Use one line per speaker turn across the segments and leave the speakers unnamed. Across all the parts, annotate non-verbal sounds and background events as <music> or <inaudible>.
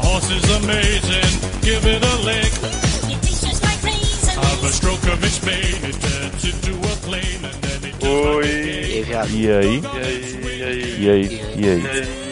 sauce is amazing. Give it a lick.
You think just like
Of a
raisins.
stroke of its mane, it turns into a plane, and then it just like a
Oi.
cake.
E aí, viado?
E aí?
E aí, e aí?
E aí? E
E
aí?
aí?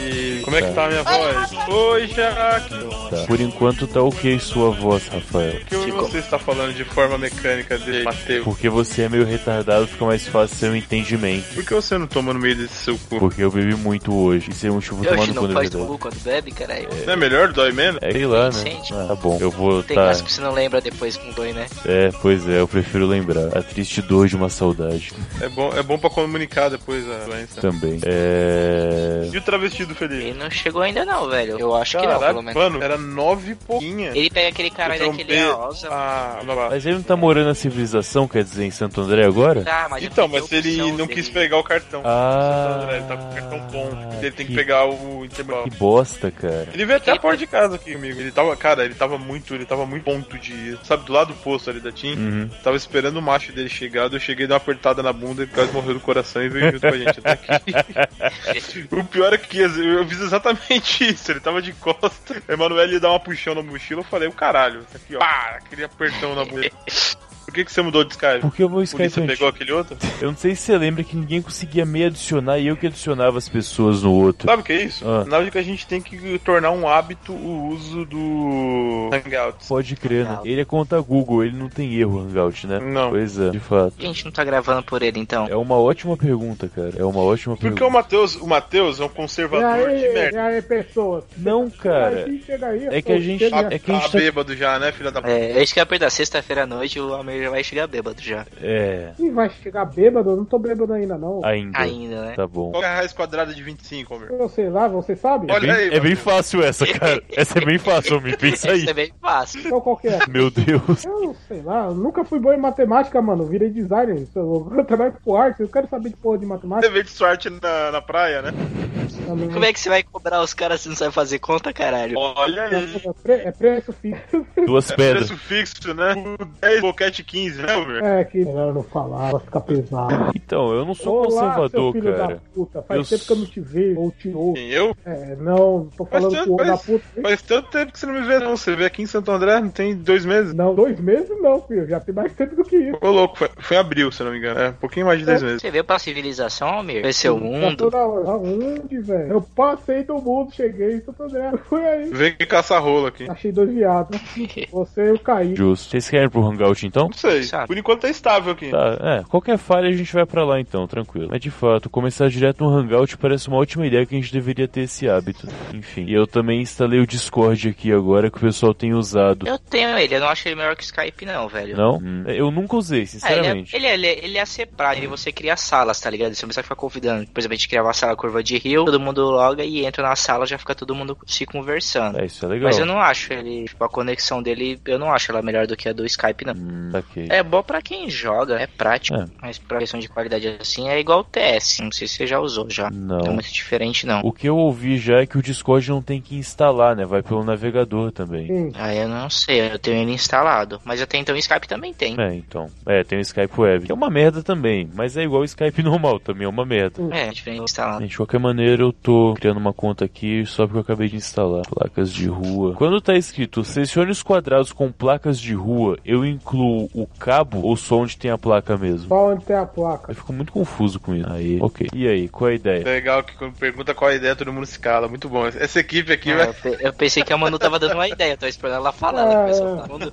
Como é que tá a minha voz? Oi, Jaque!
Tá. Por enquanto tá ok sua voz, Rafael.
Por que
Ficou.
você está falando de forma mecânica de Mateus?
Porque você é meio retardado, fica mais fácil seu entendimento.
Por que você não toma no meio desse seu cu?
Porque eu bebi muito hoje. Isso é um chuvo tomado
Yoshi
quando
não
eu
faz
bebo.
do quando bebe, caralho.
Não é melhor? Dói menos?
É, sei lá, né?
Sente.
Ah, tá bom. Eu vou.
Tem
Tá.
caso que você não lembra depois com doi, né?
É, pois é, eu prefiro lembrar. A triste dor de uma
<laughs>
saudade
É bom, é bom pra comunicar depois a doença.
também. É.
E o travesti do Felipe?
Ele não chegou ainda não, velho. Eu acho que não, pelo
Caralho,
menos.
mano, era nove e pouquinha.
Ele pega aquele caralho
Eu
daquele um
trompei-
rosa.
Ah, blá, blá.
Mas ele não tá morando na civilização, quer dizer, em Santo André agora?
Tá, mas
Então,
é porque
mas
é opção
ele não
dele.
quis pegar o cartão.
Ah.
Ele tá com o cartão bom. Ele tem que
que-
pegar o intervalo.
Que bosta, cara.
Ele veio até a
Ele-
porta de casa aqui comigo. Ele tava, cara, ele tava muito, ele tava muito ponto de ir. Sabe, do lado do posto ali da Tim,
Uhum.
tava esperando o macho dele chegar, daí eu cheguei, dei uma apertada na bunda, ele quase morreu do coração e veio junto com a gente até aqui.
<laughs>
o pior é que eu fiz exatamente <laughs> isso, ele tava de costas. A Emanuel ia dar uma puxão na mochila, eu falei, o caralho, isso aqui, ó. Pá, aquele apertão na
<laughs>
bunda. Por que, que você mudou de Skype?
Por que eu vou
Por isso
Skype
você
antes?
pegou aquele outro?
Eu não sei se você lembra que ninguém conseguia me adicionar e eu que adicionava as pessoas no outro.
Sabe o que é isso?
Ah.
Na hora que a gente tem que tornar um hábito o uso do Hangouts.
Pode crer, né?
Hangout.
Ele é conta Google, ele não tem erro Hangout, né?
Não.
Pois é, de fato.
Por que a gente não tá gravando por ele então?
É uma ótima pergunta, cara. É uma ótima
Porque o
pergunta.
Matheus, o Matheus é um
E
conservador de
aí, e
merda.
aí, pessoas?
Não, cara.
Aí, chega aí,
É que a
pô,
gente.
chega aí.
É que a
Tá
gente tá.
bêbado já, né, filha da p.
É, é isso que eu ia perguntar. Sexta-feira à noite o Almeida vai chegar bêbado já.
É.
Ih, vai chegar bêbado? Eu não tô bêbado ainda, não.
Ainda.
Ainda, né?
Tá bom.
Qual que é a raiz quadrada de 25, Homer?
Eu sei lá, você sabe?
Olha
Bem-
aí,
é bem
Matheus.
fácil essa, cara. Essa é bem fácil, me pensa aí.
<laughs> Isso é bem fácil.
Então qual que é?
Meu Deus.
Eu sei lá, eu nunca fui bom em matemática, mano. Eu virei designer. Eu eu trabalho com arte, eu quero saber de porra de matemática.
Dever de sorte na, na praia, né?
também.
Como é que você vai cobrar os caras se não sabe fazer conta, caralho?
Olha aí.
É pre- é preço fixo. <laughs>
Duas pedras.
Preço fixo, né? O 10 boquete 15, né, Homer?
É, que melhor não falar, vai ficar pesado.
Então, eu não sou
seu
conservador,
filho
cara.
da puta. Faz
Eu
tempo que eu não te vejo, ou te ouço.
Quem, Assim, Eu?
É, não, tô falando
Faz
com o da
tempo,
puta.
Faz tanto tempo que você não me vê, não. Você vê aqui em Santo André, não tem dois meses?
Não, dois meses não, filho. Já tem mais tempo do que isso.
Ô, louco, foi, foi em abril, se eu não me engano. É, um pouquinho mais de 10 meses.
Você veio pra civilização, Almir? Conhecer o mundo?
Já tô na hora. Aonde, velho? Eu passei do mundo, cheguei em Santo André. <laughs> Fui aí.
Vem caçar rolo aqui.
Achei dois viados. né? Você e o Caí.
Justo. Vocês querem ir pro Hangout então?
Não sei.
Sabe.
Por enquanto tá estável aqui.
Tá, é. Qualquer falha a gente vai pra lá então, tranquilo. Mas de fato, começar direto no Hangout parece uma ótima ideia que a gente deveria ter esse hábito. Enfim. E eu também instalei o Discord aqui agora que o pessoal tem usado.
Eu tenho ele, eu não acho ele melhor que o Skype, não, velho.
Não? Eu nunca usei,
Ah, ele, é,
sinceramente.
ele, é, ele, é, ele é separado, ele você cria salas, tá ligado? Você não precisa ficar convidando. Por exemplo, a gente criava a sala curva de rio, todo mundo loga e entra na sala, já fica todo mundo se conversando.
É, isso é legal.
Mas eu não acho ele, tipo, a conexão dele, eu não acho ela melhor do que a do Skype, não.
Hum, saquei.
É bom pra quem joga, é prático,
É.
mas pra questão de qualidade assim é igual o TS. Não sei se você já usou já.
Não.
Não é muito diferente, não.
O que eu ouvi já é que o Discord não tem que instalar, né? Vai pelo navegador também.
Sim.
Ah, eu não sei, eu tenho ele instalado. Mas até então o Skype também tem.
É, então. É, tem o Skype Web. Que é uma merda também, mas é igual o Skype <laughs> normal também, é uma merda.
É, diferente instalado.
Bem, Ah, De qualquer maneira, eu tô criando uma conta aqui só porque eu acabei de instalar placas de rua. Quando tá escrito selecione os quadrados com placas de rua, eu incluo o cabo ou só onde tem a placa mesmo?
Só onde tem a placa.
Eu fico muito confuso com isso. Aí, ok. E aí, qual é a ideia?
É legal que quando pergunta qual é a ideia, todo mundo se cala. Muito bom. Essa equipe aqui
Ah,
vai.
eu, pe- eu pensei que a Manu tava dando uma ideia, eu tava esperando ela falar,
Ah,
ela começou falando.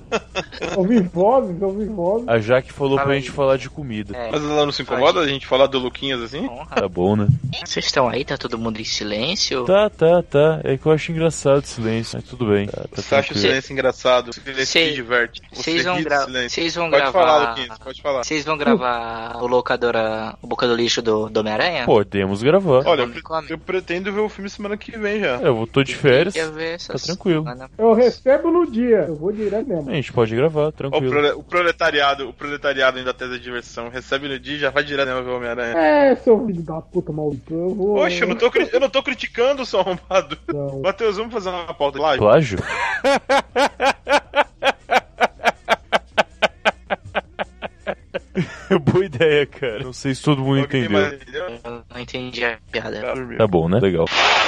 Ouvi vozes, ouvi vozes.
A Jaque falou
Fala
pra
aí.
gente falar de comida.
É,
Mas ela não se incomoda a gente falar do Luquinhas assim?
honra.
Tá bom, né?
Vocês estão aí, tá todo mundo em silêncio?
Tá, tá, tá. É que eu acho engraçado o silêncio, mas tudo bem. Tá, tá
Você acha o
tranquilo.
silêncio engraçado? O silêncio
Cê-
se diverte. Você
Vocês vão,
ri do
gra...
silêncio.
vocês vão
Pode falar,
gravar.
Luquinhas, pode falar.
Vocês vão gravar o locadora. O boca do lixo do, do Homem-Aranha?
Podemos gravar.
Olha, eu,
come, come.
pre- eu pretendo ver o filme semana que vem já.
Eu vou- tô de férias. Tá
Queria ver essas-
tranquilo.
Ah, não.
Eu recebo no dia. Eu vou direto mesmo.
A gente pode gravar,
Ó, o,
tranquilo.
prole- o proletariado, o proletariado ainda tese de diversão. Recebe no dia e já vai direto mesmo ver o Homem-Aranha.
É, seu filho da puta maldito. Eu vou.
Poxa, eu não, tô, cri- eu não tô criticando o seu arrombado.
Não.
Matheus, vamos fazer uma pauta lá?
Plágio? <laughs> boa ideia, cara. Não sei se todo mundo
Alguém tem
entendeu.
mais ideia?
Eu não entendi a piada.
Tá dormindo.
Tá bom, né? Legal.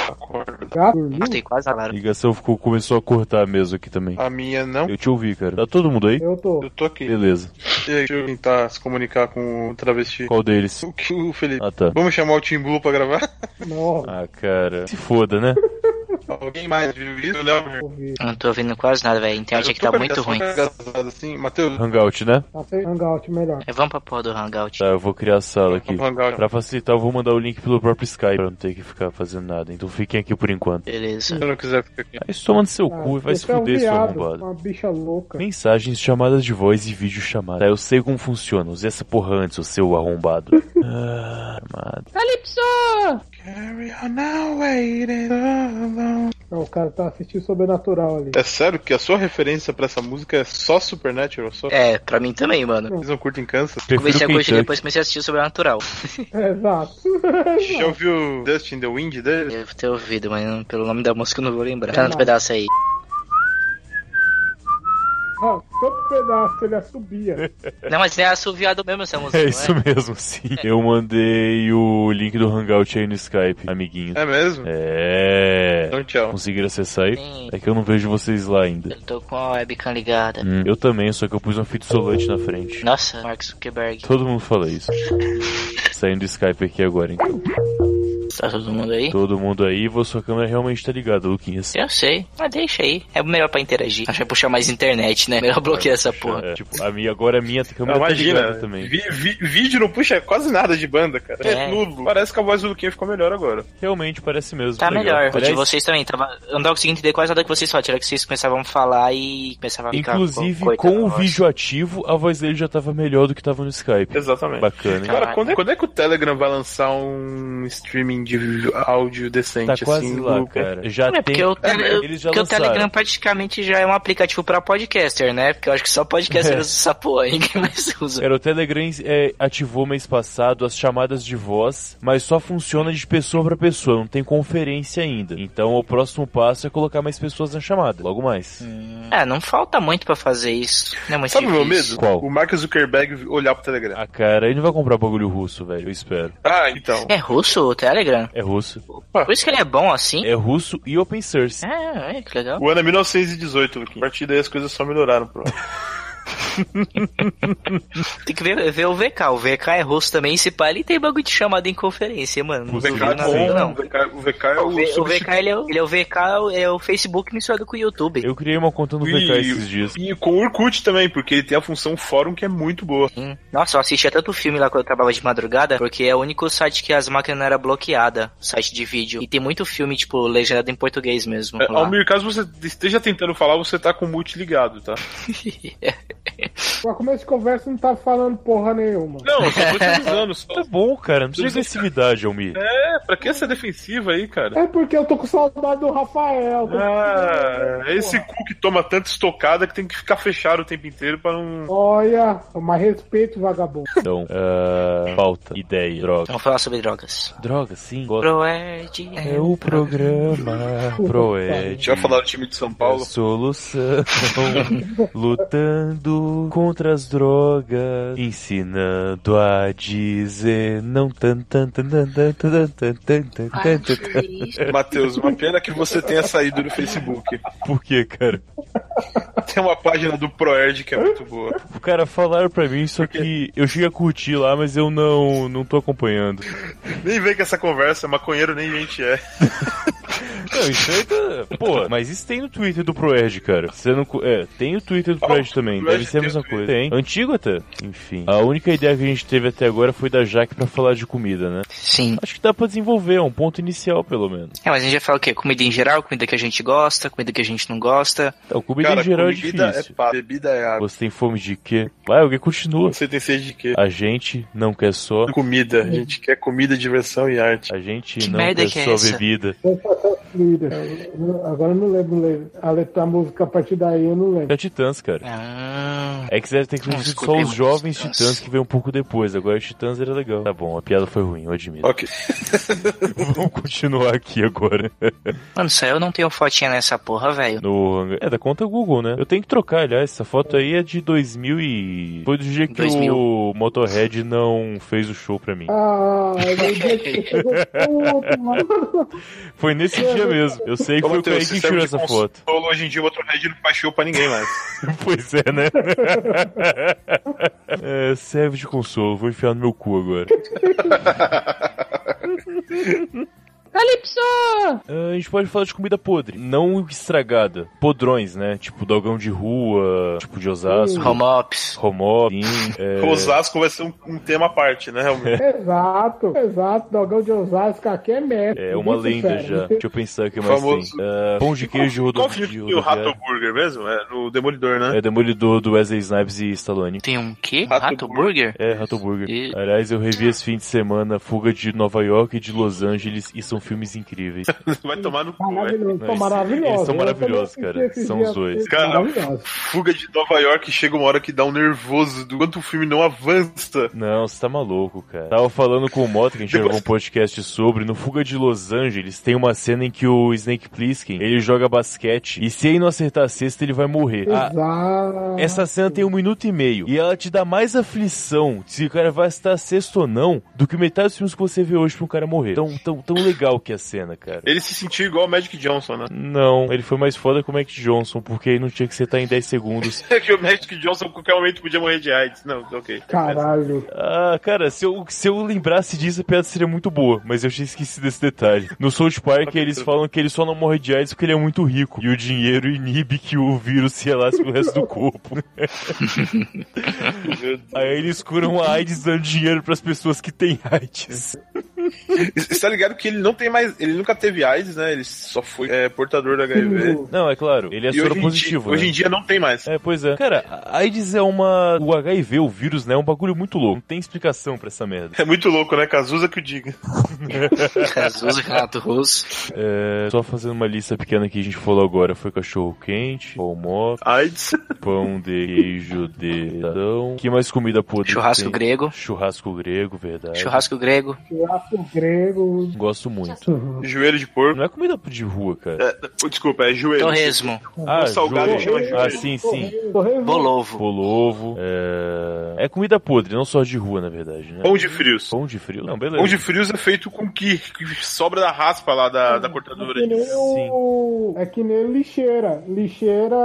Acorda.
Gato, dormiu?
Gostei quase a
A
Lara.
ligação ficou, começou a cortar mesmo aqui também.
A minha não.
Eu te ouvi, cara. Tá todo mundo aí?
Eu tô.
Eu tô aqui.
Beleza.
Deixa eu tentar se comunicar com o travesti.
Qual deles?
O que o Felipe?
Ah, tá.
Vamos chamar o Tim Blue pra gravar?
Não,
Ah, cara. Se foda, né?
Então, Alguém mais viu isso? Léo?
ouvi.
Eu Não tô ouvindo quase nada, velho. A internet
Eu
aqui
tô
tá
com a
muito
ligação
ruim.
engasgada Assim. Matheus,
Hangout, né?
Tá sem hangout melhor.
É, vamos pra porra do Hangout.
Tá, eu vou criar a sala aqui.
Vamos pro Hangout.
Pra facilitar, eu vou mandar o link pelo próprio Skype pra não ter que ficar fazendo nada. Então fiquem aqui por enquanto.
Beleza.
se eu não quiser ficar aqui.
Aí toma no seu
Ah,
cu e vai se
você é um
fuder, seu
viado,
arrombado.
Uma bicha louca.
Mensagens, chamadas de voz e vídeo chamada. Tá, eu sei como funciona. Use essa porra antes, o seu
<laughs>
arrombado. ah, amado.
Carry on now, waiting alone.
Não, o cara tá assistindo Sobrenatural ali. <laughs>
É sério que a sua referência pra essa música é só Supernatural? Só?
É, pra mim também, mano.
Eles não curtem Kansas?
Comecei a curtir
Kentucky.
depois comecei a assistir
<laughs>
o Sobrenatural.
Exato. <laughs>
Já ouviu Dust in the Wind dele?
Devo ter ouvido, mas não- pelo nome da música eu não vou lembrar. Canta um
Não.
pedaço aí.
Ah, todo pedaço ele assobia.
Não, mas é assoviado mesmo essa música,
É
não
isso mesmo, sim.
É.
Eu mandei o link do Hangout aí no Skype, amiguinho.
Ah.
É mesmo?
É.
Então tchau.
Conseguiram acessar aí?
Sim.
É que eu não vejo vocês lá ainda.
Eu tô com a webcam ligada.
Hum, eu também, só que eu pus uma fita isolante na frente.
Nossa, Mark Zuckerberg.
Todo mundo fala isso. Saindo do Skype aqui agora, então.
Tá todo mundo aí?
Todo mundo aí, vou- sua câmera realmente tá ligada, Luquinhas.
Eu sei, mas deixa aí. É melhor pra interagir. Acho que vai puxar mais internet, né? Melhor bloquear essa porra.
É, tipo, a minha, agora a minha câmera tá ligada também.
vi- vi- vídeo não puxa quase nada de banda, cara.
É.
É, nulo. Parece que a voz do Luquinha ficou melhor agora.
Realmente parece mesmo.
Tá
legal.
melhor. O de
Aliás,
vocês também. Tava... Eu não tava conseguindo entender quase nada que vocês falaram. Era que vocês começavam a falar e começavam a ficar
Inclusive,
coisa
com
na
o
voz.
vídeo ativo, a voz dele já tava melhor do que tava no Skype.
Exatamente.
Bacana, hein?
Cara, quando é, quando é que o Telegram vai lançar um streaming de áudio
Tá
decente
quase
assim?
lá,
no-
cara. Já
É
tem.
porque o, tele-
Eles já
porque o
lançaram.
Telegram praticamente já é um aplicativo pra podcaster, né? Porque eu acho que só
<laughs>
podcaster
É.
usa essa porra, <laughs> ninguém mais usa.
Cara, o Telegram é, ativou mês passado as chamadas de voz, mas só funciona de pessoa pra pessoa, não tem conferência ainda. Então o próximo passo é colocar mais pessoas na chamada, logo mais.
É, não falta muito pra fazer isso. Não é muito
Sabe o meu
difícil.
medo?
Qual?
O Mark Zuckerberg olhar pro Telegram.
Ah, cara, ele não vai comprar bagulho russo, velho, eu espero.
Ah, então.
<laughs> É russo o Telegram?
É russo.
Por isso que ele é bom assim?
É russo e open source.
É, é que legal.
O ano é 1918, Luquinha. A partir daí as coisas só melhoraram.
<laughs>
Pro...
Tem que ver, ver o VK. O VK é russo também. Se pá, ele tem bagulho de chamada em conferência, mano. Não
O VK
duvido
é
nada,
bom,
não.
o VK, o VK é o,
O, V- o
substituto
VK, ele é, o- ele é o VK, é o Facebook misturado com o YouTube.
Eu criei uma conta no
E-
VK é esses dias.
E com o Orkut também, porque ele tem a função fórum que é muito boa.
Sim. Hum. Nossa, eu assistia tanto filme lá quando eu trabalhava de madrugada, porque é o único site que as máquinas não eram bloqueadas, site de vídeo. E tem muito filme, tipo, legendado em português mesmo.
É,
lá.
Almir, caso você esteja tentando falar, você tá com o mute ligado, tá?
Pra começo de conversa não tá falando porra nenhuma.
Não, eu só tô te avisando. Só...
Tá bom, cara, não precisa de agressividade, Almir.
É, pra que essa defensiva aí, cara?
É porque eu tô com saudade do Rafael. Tô...
Ah, é esse cu que toma tanta estocada que tem que ficar fechado o tempo inteiro pra não.
Olha, mas respeito, vagabundo.
Então, ah, falta, ideia, droga.
Vamos falar sobre drogas.
Droga, sim, gosto.
Proerd
É o programa Proed.
Já falar do time de São Paulo.
<laughs> Solução lutando contra as drogas, ensinando a dizer não tan tan tan tan tan tan tan tan tan tan tan tan.
Matheus, uma pena que você tenha saído do Facebook.
Por que, cara?
Tem uma página do Proerd que é muito boa.
O cara falaram pra mim, só que eu cheguei a curtir lá, mas eu não não tô acompanhando.
Nem vem com essa conversa, maconheiro nem gente é.
Não, isso aí tá... Pô, mas isso tem no Twitter do Proerd, cara. Você não... cu- É, tem o Twitter do Proerd também.
Proerd
Deve ser a
tem Ah,
mesma
o Twitter.
coisa. Tem. Antigo até. Enfim. A única ideia que a gente teve até agora foi da Jaque pra falar de comida, né?
Sim.
Acho que dá pra desenvolver, é um ponto inicial, pelo menos.
É, mas a gente vai falar o quê? Comida em geral, comida que a gente gosta, comida que a gente não gosta.
Então, comida em geral é difícil.
pá, bebida é água.
Você tem fome de quê? Vai, alguém continua.
Você tem sede de quê?
A gente não quer só.
Comida. A gente quer comida, diversão e arte.
A gente
Que
não
merda
quer
que é
só
essa?
bebida.
Líder. Agora eu não lembro a letra da música a partir daí, eu não lembro.
É Titãs, cara.
Ah,
É que você tem que fugir só os jovens titãs que veio um pouco depois. Agora os titãs era legal. Tá bom, a piada foi ruim, eu admito.
Ok.
<laughs> Vamos continuar aqui agora.
Mano, só eu não tenho fotinha nessa porra, velho.
No Hangar- É, da conta Google, né? Eu tenho que trocar, aliás. Essa foto aí é de 2000 e... Foi do dia que
2000.
o Motorhead não fez o show pra mim.
Ah, meu Deus, que pegou puto, mano.
Foi nesse dia mesmo. Eu sei que foi o Kaique que tirou essa foto. <laughs>
Hoje em dia o outro Red não faz show pra ninguém mais.
Pois é, né? <laughs> É, serve de consolo. Vou enfiar no meu cu agora.
Calypso!
Ah, a gente pode falar de comida podre. Não estragada. Podrões, né? Tipo dogão de rua, tipo de Osasco.
Home Ops.
Romó, sim, é,
Osasco vai ser um, um tema à parte, né? realmente?
Exato, exato. Dogão de Osasco aqui é merda.
é uma
Muito
lenda
sério.
já. Deixa eu pensar o que mais
Famoso.
tem. Ah, pão de queijo de
Qual
rodovi-
filme que
de
tem o Rato
rodoviário.
Burger mesmo? É no Demolidor, né?
É Demolidor do Wesley Snipes e Stallone.
Tem um quê?
Rato
Rato,
Burger?
Burger?
É, Rato Burger.
E-
Aliás, eu revi esse fim de semana Fuga de Nova York e de Los Angeles e são filmes incríveis.
<laughs> Vai tomar no cu, velho.
Maravilhoso,
Não,
são
eles-
maravilhosos.
eles são
Eu
maravilhosos,
também assisti
cara.
esses
São
dias,
os dois.
eles são
Cara,
maravilhosos.
Fuga de Nova York chega uma hora que dá um nervoso do quanto o filme não avança.
Não, você tá maluco, cara. Tava falando com o Moto, que a gente
Depois-
gravou um podcast sobre, no Fuga de Los Angeles tem uma cena em que o Snake Plissken, ele joga basquete, e se ele não acertar a cesta, ele vai morrer. A-
Exato.
Essa cena tem um minuto e meio. E ela te dá mais aflição se o cara vai estar sexto ou não do que metade dos filmes que você vê hoje pra um cara morrer. Tão, tão, tão legal que é a cena, cara.
Ele se sentiu igual o Magic Johnson, né? <laughs>
Não, ele foi mais foda que o Mac Johnson, porque ele não tinha que acertar em 10 segundos.
É que o Magic Johnson a qualquer momento podia morrer de AIDS. Não, <laughs> ok.
Caralho.
<laughs> Ah, cara, se eu, se eu lembrasse disso, a piada seria muito boa, mas eu tinha esquecido desse detalhe. No South Park, eles falam que ele só não morre de AIDS porque ele é muito rico. E o dinheiro inibe que o vírus se relaxe com o resto do corpo. <laughs> Aí eles curam a AIDS dando dinheiro pras pessoas que têm AIDS.
Você tá ligado que ele não tem mais. Ele nunca teve AIDS, né? Ele só foi é, portador da HIV.
Não, é claro, ele é
E hoje, em
soropositivo.
dia,
né?
hoje em dia não tem mais.
É, pois é. Cara, a AIDS é uma. O HIV, o vírus, né? É um bagulho muito louco. Não tem explicação pra essa merda.
É muito louco, né? Cazuza que o diga.
<laughs> Cazuza, Renato é Russo.
É, só fazendo uma lista pequena que a gente falou agora: foi cachorro quente, pão mó,
AIDS.
pão de queijo de dadão. Que mais comida podre?
Churrasco
tem?
grego.
Churrasco grego, verdade.
Churrasco grego.
Churrasco grego.
Gosto muito.
Joelho de porco.
Não é comida de rua, cara.
É, desculpa, é joelho.
Torresmo.
ah,
salgado
joelho.
chama joelho.
Ah, sim, sim.
Torresmo.
Bolovo.
Polovo. É... é comida podre, não só de rua, na verdade, né?
Pão de frios.
Pão de frio? Não, beleza.
Pão de frios é feito com que, que sobra da raspa lá da, da cortadora.
É que nem o- É que nem lixeira. Lixeira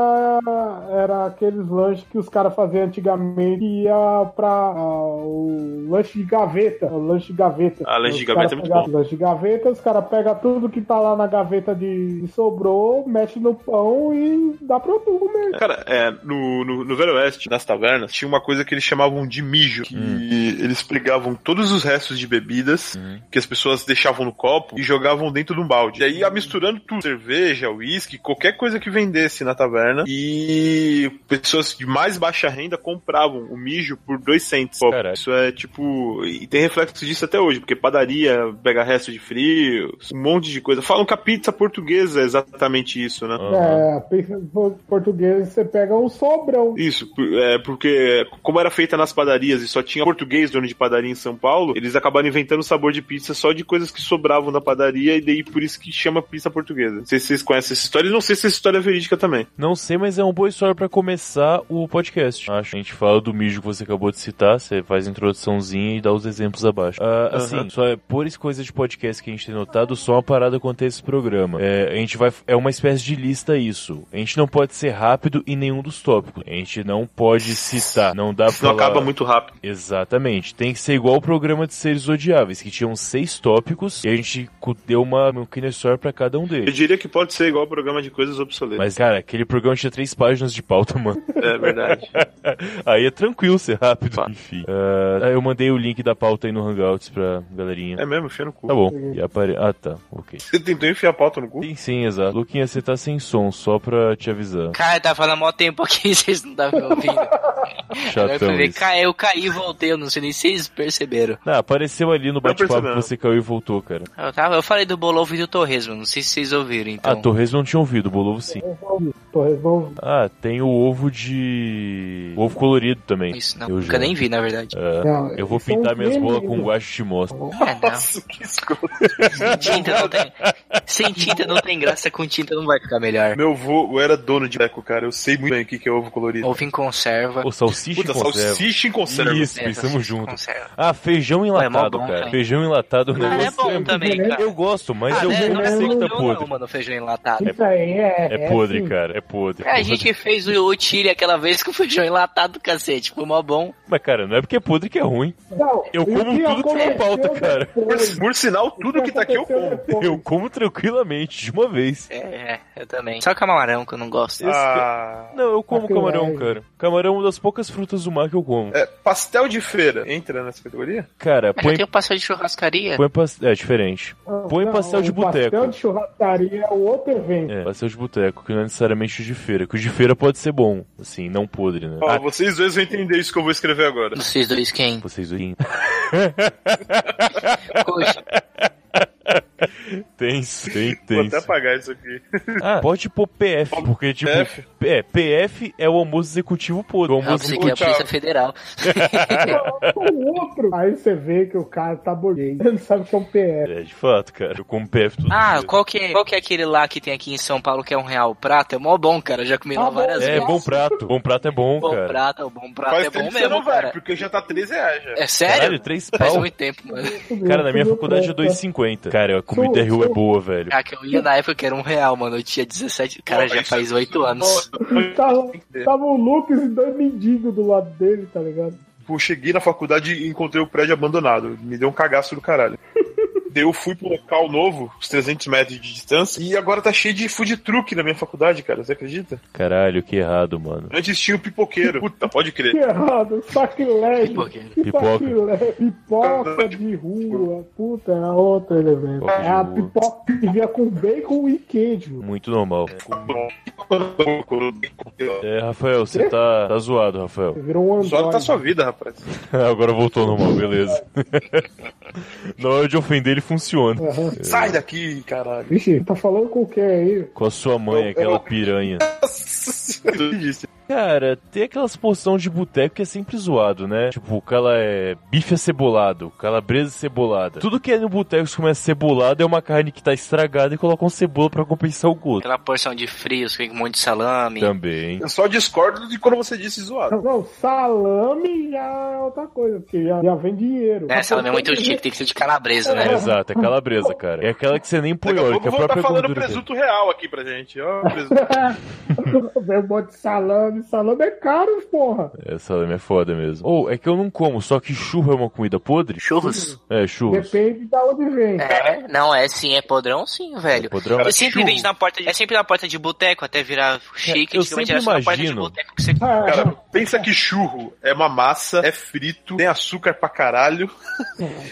era aqueles lanches que os caras faziam antigamente que ia pra ah, o lanche de gaveta. O lanche de gaveta.
Ah, lanche de
Os
gaveta
cara
é muito
pega-
bom.
Lanche de gaveta, os caras pegam tudo que tá lá na gaveta de que sobrou, mete no pão e dá pra tu comer.
Cara, é, no, no, no Velho Oeste, nas tavernas, tinha uma coisa que eles chamavam de mijo. Que eles pregavam todos os restos de bebidas que as pessoas deixavam no copo e jogavam dentro de um balde. E aí ia misturando tudo: cerveja, uísque, qualquer coisa que vendesse na taverna. E pessoas de mais baixa renda compravam o mijo por dois cents. Pô,
Caraca.
Isso é tipo. E tem reflexo disso até hoje, porque padaria pega resto de frio, um monte de coisa. Falam que a pizza portuguesa é exatamente isso, né?
Aham.
É, pensa em português, você pega um sobrão.
Isso, por- é, porque como era feita nas padarias e só tinha português dono de padaria em São Paulo, eles acabaram inventando o sabor de pizza só de coisas que sobravam da padaria e daí por isso que chama pizza portuguesa. Não sei se vocês conhecem essa história e não sei se essa história é verídica também.
Não sei, mas é uma boa história pra começar o podcast. Acho. A gente fala do mijo que você acabou de citar, você faz a introduçãozinha e dá os exemplos abaixo. Ah, assim,
Aham.
só é por isso coisa de podcast que a gente tem notado, só uma parada quanto a esse programa. É, a gente vai. É uma espécie de lista isso. A gente não pode ser rápido em nenhum dos tópicos. A gente não pode citar. Não dá pra.
Não
falar-
acaba muito rápido.
Exatamente. Tem que ser igual o programa de seres odiáveis, que tinham seis tópicos e a gente cu- deu uma, uma pequena história pra cada um
Eu
deles.
diria que pode ser igual ao programa de coisas obsoletas.
Mas, cara, aquele programa tinha três páginas de pauta, <laughs> mano.
É verdade.
<laughs> aí é tranquilo ser rápido. É,
Tá.
Enfim. Ah, eu mandei o link da pauta aí no Hangouts pra galerinha Luquinha.
É mesmo, cheio no cu.
Tá bom. E apare... Ah, tá. Ok.
Você tentou enfiar a pauta no cu?
Sim, sim, exato. Luquinha, você tá sem som, só pra te avisar.
Cara, tá falando mó tempo aqui, <laughs> vocês não estavam me ouvindo. Agora eu
Chatão
fui ver,
isso.
cai- eu caí e voltei, eu não sei nem se vocês perceberam.
Ah, apareceu ali no bate-papo que
percebendo.
você caiu e voltou, cara.
Eu, tava, eu falei do Bolovo e do Torresmo, não sei se vocês ouviram, então.
Ah, Torres não tinha ouvido, Bolovo sim.
Torres vão.
Ah, tem o ovo de. ovo colorido também.
Isso, não,
Eu
nunca
já.
nem vi, na verdade.
É. né?
Não, um
Eu vou
são
pintar minhas bolas
vermelhos.
com guache de mostra.
É, não.
<laughs> que escroto.
Sem tinta não tem... Sem tinta não tem graça, com tinta não vai ficar melhor.
Meu avô era dono de teco, cara. Eu sei muito bem o que que é ovo colorido.
Ovo em conserva.
Pô, salsicha
Puta,
e conserva.
salsicha em conserva.
Isso,
É,
pensamos
salsicha
junto.
Conserva.
Ah, feijão enlatado,
Ué, mó bom,
cara.
cara.
Feijão enlatado é um
Cara, é
negócio.
bom também, cara.
Eu gosto, mas
Ah,
eu
né, não é
sei que tá
bom não,
podre.
mano, feijão enlatado.
Isso aí é.
é podre,
assim.
cara. É podre.
É, a
Porra.
gente fez o o Chile aquela vez com feijão enlatado, cacete. Foi mó bom.
Mas, cara, não é porque é podre que é ruim.
Não,
Eu
e o
como
que
tudo que é uma pauta,
aconteceu
cara.
depois?
Por, por sinal, tudo que tá aqui eu
aconteceu
como.
depois?
Eu como tranquilamente, de uma vez.
É, é, eu também. Só camarão que eu não gosto.
Ah,
Não, eu como
Aquilo
camarão,
é-
cara. Camarão é uma das poucas frutas do mar que eu como.
é, pastel de feira. Entra nessa categoria?
Cara,
Mas já
põe.
tem o pastel de churrascaria?
põe pas- É diferente.
Não,
Põe
não,
pastel de
o Pastel
boteco.
de churrascaria é o outro evento.
É, pastel de boteco, que não é necessariamente o de feira. Que o de feira pode ser bom, assim, não podre, né?
Ó,
Ah,
vocês dois vão entender isso que eu vou escrever agora.
Vocês dois
<laughs>
quem?
vocês riem.
Coxa.
Tem, tem,
Vou
tem.
até apagar isso aqui.
Ah, pode pôr PF, porque tipo.
PF?
É, PF é o almoço executivo podre. O
Ah, eu
almoço
pensei que é a
Tchau.
Polícia Federal.
É.
O é um outro. Aí você vê que o cara tá burguês. Ele <laughs> sabe que é um PF.
É, de fato, cara. Eu como PF tudo.
Ah, qual que, é, qual que é aquele lá que tem aqui em São Paulo que é um real prato? É mó bom, cara. Eu já comi lá
Ah,
várias
É,
vezes.
bom prato. Bom prato é bom,
Bom
cara.
prato, bom prato
Faz
é
tempo
bom
que você não
mesmo,
vai,
cara.
porque já tá 13 reais já.
É sério?
Caralho, três
Faz
pau.
muito tempo, mano.
Cara, na minha faculdade é
tá
2,50. Cara, a comida
Sou-
Rio é
sou-
boa, velho.
Ah, que eu ia na época que era um real, mano. Eu tinha 17. Cara,
Pô,
já
isso- é
faz 8 anos.
Tava, tava o Lucas e dois mendigos do lado dele, tá ligado?
Pô, cheguei na faculdade e encontrei o prédio abandonado. Me deu um cagaço do caralho. Daí eu fui pro local novo, uns 300 metros de distância, e agora tá cheio de food truck na minha faculdade, cara. Você acredita?
Caralho, que errado, mano.
Antes tinha o pipoqueiro. Puta, pode
Que
crer.
errado, um sacrilégio.
Pipoqueiro.
Pipoca.
Sacrilégio. Pipoca de rua. Puta, é outro elemento.
Pipoca de
É a
rua.
pipoca que vinha com bacon e queijo.
Muito normal. É, Rafael, você tá, tá zoado, Rafael. <laughs>
Virou um
Só
androide.
tá sua vida, rapaz.
Agora voltou ao normal, beleza. <laughs> Na hora de ofender, ele funciona.
Aham.
Sai daqui, caralho. <laughs>
Vixe, tá falando com quem aí?
Com a sua mãe, aquela piranha.
é
Cara, tem aquelas porção de boteco que é sempre zoado, né? Tipo, o cara é bife acebolado, calabresa cebolada. Tudo que é no boteco que começa cebolado é uma carne que tá estragada e colocam cebola pra compensar o gosto.
Aquela porção de frios com um monte de salame.
Também.
Eu só discordo de quando você disse zoado.
Não, não, salame já é outra coisa, porque já, já vem dinheiro.
Né, salame é
<laughs>
muito chique, tem que ser de calabresa,
É,
né?
exato, é calabresa, cara. É aquela que você nem põe
Daqui a
óleo, que
pouco
é
eu vou
a
estar
própria
falando
gordura. dele.
presunto real aqui pra gente. Ó, presunto.
Vem um monte de salame. Salame é caro, porra.
É, salame é foda mesmo. Ou, é que eu não como, só que churro é uma comida podre?
Churros?
É, churros.
Depende de onde vem.
É, não, é sim, é podrão sim, velho.
Podrão?
Eu sempre
Churro.
vende na porta de, é sempre na porta de boteco até virar chique,
É, eu
antigamente
sempre
era só na porta de
imagino.
boteco que você
Ah,
Cara, pensa que churro é uma massa, é frito, tem açúcar pra caralho.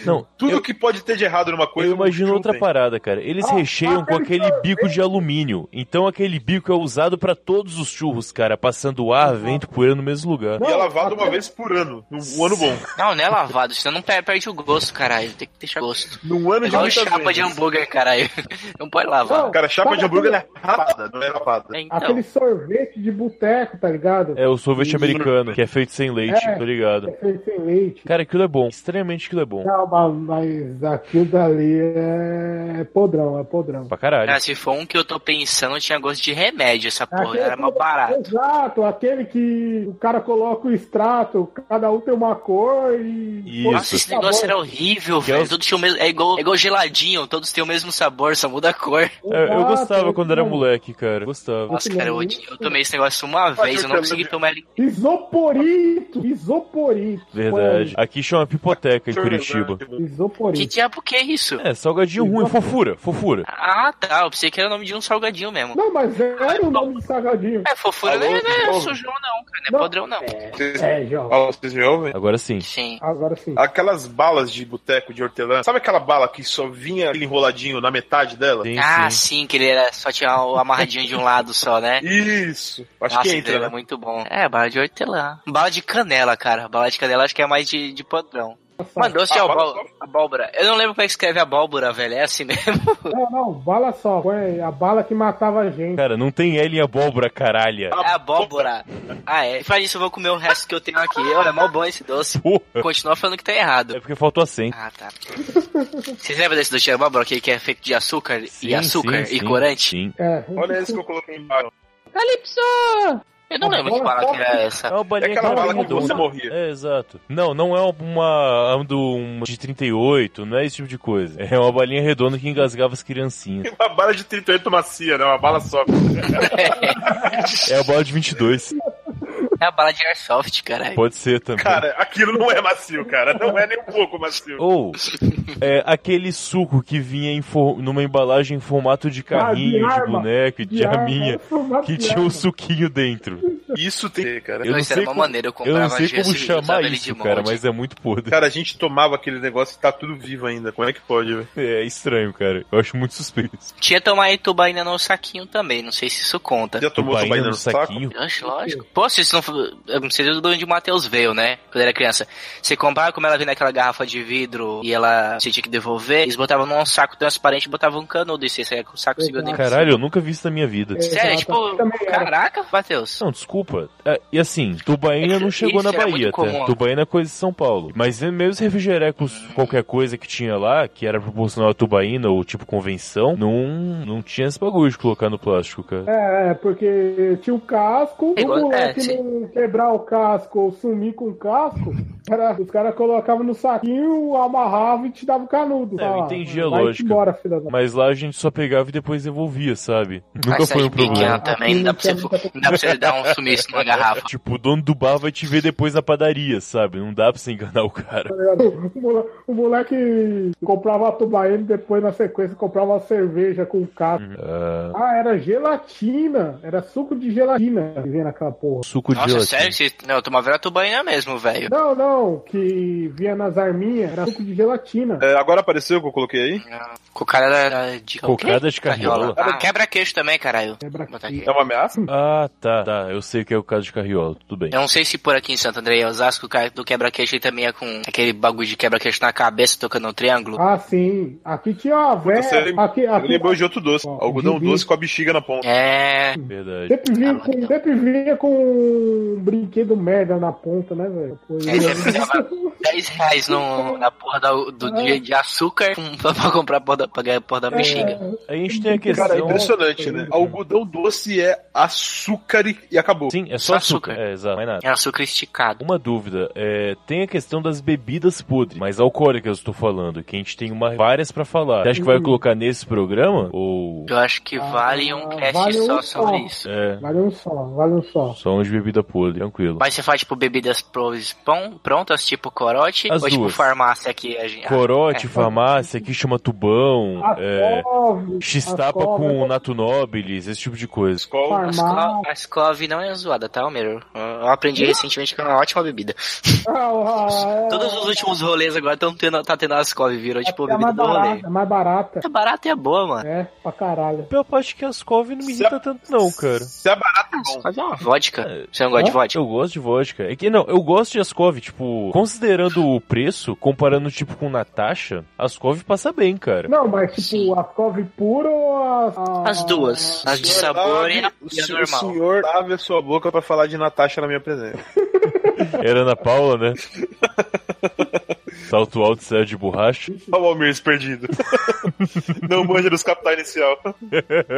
Não,
Tudo que pode ter de errado numa coisa.
Eu imagino
churro
outra
tem.
parada, cara. Eles
Ah,
recheiam com
aquele
aquele bico de alumínio. Então aquele bico é usado pra todos os churros, cara, passando ar, vento, poeira no mesmo lugar.
E é
Não,
lavado uma
até-
vez por ano. Num um ano bom.
Não, não é lavado, senão não per- perde o gosto, caralho. Tem que deixar gosto.
Num ano de
É igual
muitas
chapa de
vendas.
hambúrguer, caralho. <laughs> Não pode lavar.
Não.
Cara, chapa
Sabe
de hambúrguer
aquele-
ela é rapada, não é lapada.
É, então,
Aquele sorvete de boteco, tá ligado?
É o sorvete
né?
americano, que é feito sem leite,
É.
tô ligado.
É feito sem leite.
Cara, aquilo é bom. Extremamente aquilo é bom.
Não, mas, mas aquilo dali é, é podrão, é podrão.
Pra caralho.
cara, se for um que eu tô pensando, tinha gosto de remédio essa porra.
é
Aquele
Era mal
podrão,
é barato.
Exato, aquele que o cara coloca o extrato, cada um tem uma cor e.
Isso.
Nossa, esse negócio era horrível,
Que é
velho.
os-
Todos tinham o mesmo. É igual, é igual geladinho, todos têm o mesmo sabor, só muda a cor.
É, Eu, eu
Exato, é.
gostava quando era
exato.
moleque, cara. Gostava.
Nossa, cara, eu, odiei- eu tomei esse negócio uma vez, eu não consegui tomar ele.
Isoporito! Isoporito!
Verdade. Aqui chama pipoteca em Curitiba.
Olha, Isoporito.
Que diabo que é isso?
É, salgadinho ruim, fofura, fofura.
Ah, tá. Eu pensei que era o nome de um salgadinho mesmo.
Não, mas era o nome de salgadinho.
É, fofura
Alô,
não é, não é
jovem?
sujão, não, cara. Não é
Não.
podrão, não.
Vocês-
É, é jovem.
Ó, vocês me ouvem?
Agora sim.
Sim.
Agora sim.
Aquelas balas de boteco de hortelã. Sabe aquela bala que só vinha aquele enroladinho na metade dela?
Sim,
Ah,
sim.
sim, que ele era só tinha o amarradinho de um lado só, né?
Isso. Acho
Nossa,
que
ele
entra,
era
né?
muito bom. É, bala de hortelã. Bala de canela, cara. Bala de canela acho que é mais de, de podrão. Mano, doce é de
Ah,
abó-
bala
abóbora. Eu não lembro como é que escreve abóbora, velho. É assim mesmo.
Não, não, bala só. Foi a bala que matava a gente.
Cara, não tem L em abóbora, caralho.
É abóbora. Ah, é. E pra isso eu vou comer o resto que eu tenho aqui. Olha, é mó bom
<laughs>
esse doce.
Porra.
Continua falando que tá
É
errado.
porque faltou acento.
Ah, <laughs> tá. Vocês lembram desse doce de abóbora que que é feito de açúcar
Sim,
e açúcar
sim,
e
sim,
corante?
Sim.
É.
Olha esse que eu coloquei embaixo.
Eu não lembro que bala que era
É
essa.
uma
É
balinha
aquela
que
bala que
redonda.
você morria.
É, exato. Não, não é uma, uma, um de 38, não é esse tipo de coisa. É uma balinha redonda que engasgava as criancinhas.
Uma bala de 38 macia, né? Uma bala só.
É a bala de 22.
É a bala de airsoft, caralho.
Pode ser também.
Cara, aquilo não é macio, cara. Não é nem um pouco macio.
Ou é, aquele suco que vinha em for- numa embalagem em formato de carrinho, de,
arma.
boneco, de,
arma,
arminha,
formato
que
de
tinha um
arma.
suquinho dentro.
Isso tem, cara.
Eu não
isso era
sei
uma
como,
maneira, eu
eu não
comprava
sei
gesso
como
e
chamar
usava ele
isso,
de
cara,
molde.
mas é muito podre.
Cara, a gente tomava aquele negócio e tá tudo vivo ainda. Como é que pode, velho?
É estranho, cara. Eu acho muito suspeito.
Tinha tomar tubaína no saquinho também, não sei se isso conta.
Já tomou sua bainha
no saquinho?
Oxe, lógico. Pô, se isso não for. Eu não sei de onde o Matheus veio, né? Quando era criança. Você comprava como ela vinha naquela garrafa de vidro e ela você tinha que devolver, eles botavam num saco transparente e botavam um canudo e você saia com o saco
Exato.
segurando nem
Caralho, eu nunca vi isso na minha vida.
Sério, é
Exato.
tipo.
Também era.
Caraca, Matheus.
Não, desculpa. É, E assim, Tubaína
É que
não chegou
isso
na
era
Bahia,
muito
tá?
comum.
Tubaína é coisa de São Paulo. Mas mesmo os refrigerecos, qualquer coisa que tinha lá, que era proporcional a Tubaína ou tipo convenção, não, não tinha esse bagulho de colocar no plástico, cara.
É, é, porque tinha o casco,
É igual-
o moleque
é, sim.
não quebrar o casco ou sumir com o casco, era- os caras colocavam no saquinho, amarravam e te davam canudo.
É, eu
Ah,
entendi a
vai
lógica.
Embora, filha da...
Mas lá a gente só pegava e depois devolvia, sabe? Nunca
Mas
foi um
cidade pequena
problema.
também, não dá pra você, não dá pra você dar um sumiço numa garrafa.
Tipo, o dono do bar vai te ver depois na padaria, sabe? Não dá pra você enganar o
<laughs>
cara.
tá O moleque, o moleque comprava a tubaína e depois na sequência comprava a cerveja com o casco.
Uhum.
Ah,
Ah, era gelatina, era suco de gelatina que vinha naquela porra.
suco de
Nossa,
gelatina.
sério? que Você... Não, eu tomava era tubaína mesmo, velho.
Não, não, que vinha nas arminhas, era suco de gelatina.
É, agora apareceu o que eu coloquei aí?
Cocada era de
Cocada de carriola.
Ah, quebra queixo também, caralho.
Quebra-queixo.
Vou botar aqui.
É uma ameaça?
Ah, tá, tá. Eu sei o que é o caso de carriola, tudo bem.
Eu não sei se por aqui em Santo André e Osasco o cara do quebra-queixo ele também é com aquele bagulho de quebra-queixo na cabeça tocando um triângulo.
Ah, sim. Aqui tinha uma
Você
velha. Aqui,
Eu
aqui,
lembrei de outro doce.
Ó,
Algodão
gibi.
doce com a bexiga na ponta.
É.
um-
Verdade.
Sempre vinha, com, sempre vinha com um brinquedo merda na ponta, né, velho? Pois
Aí
é.
você
<laughs>
precisava 10 reais no, na porra da- do,
Ah.
dia de açúcar <laughs> com- pra, pra comprar a porra da, pra ganhar a porra
É.
da bexiga.
Aí a gente tem a questão.
Cara, é impressionante, né? Algodão doce é açúcar e- e acabou.
Sim, é
Só
só açúcar.
açúcar.
É, exato, mais nada.
É açúcar esticado.
Uma dúvida, é, tem a questão das bebidas podres, mas alcoólicas eu estou falando, que a gente tem uma, várias pra falar. Você acha que vai
Uhum.
colocar nesse programa? Ou.
Eu acho que
Ah,
vale um cast
vale um
só
só.
sobre isso.
É,
Vale um só, vale um só.
só um de bebida podre, tranquilo.
Mas você faz tipo bebidas pros- pão- prontas, tipo corote,
As
ou tipo
duas.
farmácia que a gente. É.
Corote, farmácia, aqui chama tubão,
A
é,
cove,
X-tapa
a cobra.
com Nato Nobilis, esse tipo de coisa.
Escola.
A
farmácia.
Skov- A Sclove não é zoada, tá, Homero? Eu aprendi recentemente que é uma ótima bebida.
Ah, ah, é,
Todos os últimos rolês agora estão tendo, tá tendo as Sclove, virou tipo
é a
bebida
mais
do rolê.
barata, é mais barata.
É barata e é boa, mano.
É, pra caralho.
A pior parte é que as cove não me irrita tanto, não, cara.
Se é barato, é bom.
Mas é uma vodka. Você não gosta de vodka?
Eu gosto de vodka. É que não, eu gosto de Ascov, tipo, considerando o preço, comparando tipo com Natasha, Ascov passa bem, cara.
Não, mas tipo, a cove pura ou as. a-
As duas. As de sabor e a
O
e a
senhor, o
normal.
senhor lave a sua boca pra falar de Natasha na minha presença.
Era Ana Paula, né? Salto alto, saia de borracha.
<laughs> Olha o Almir perdido. <laughs> Não manja dos capital
<laughs>
inicial.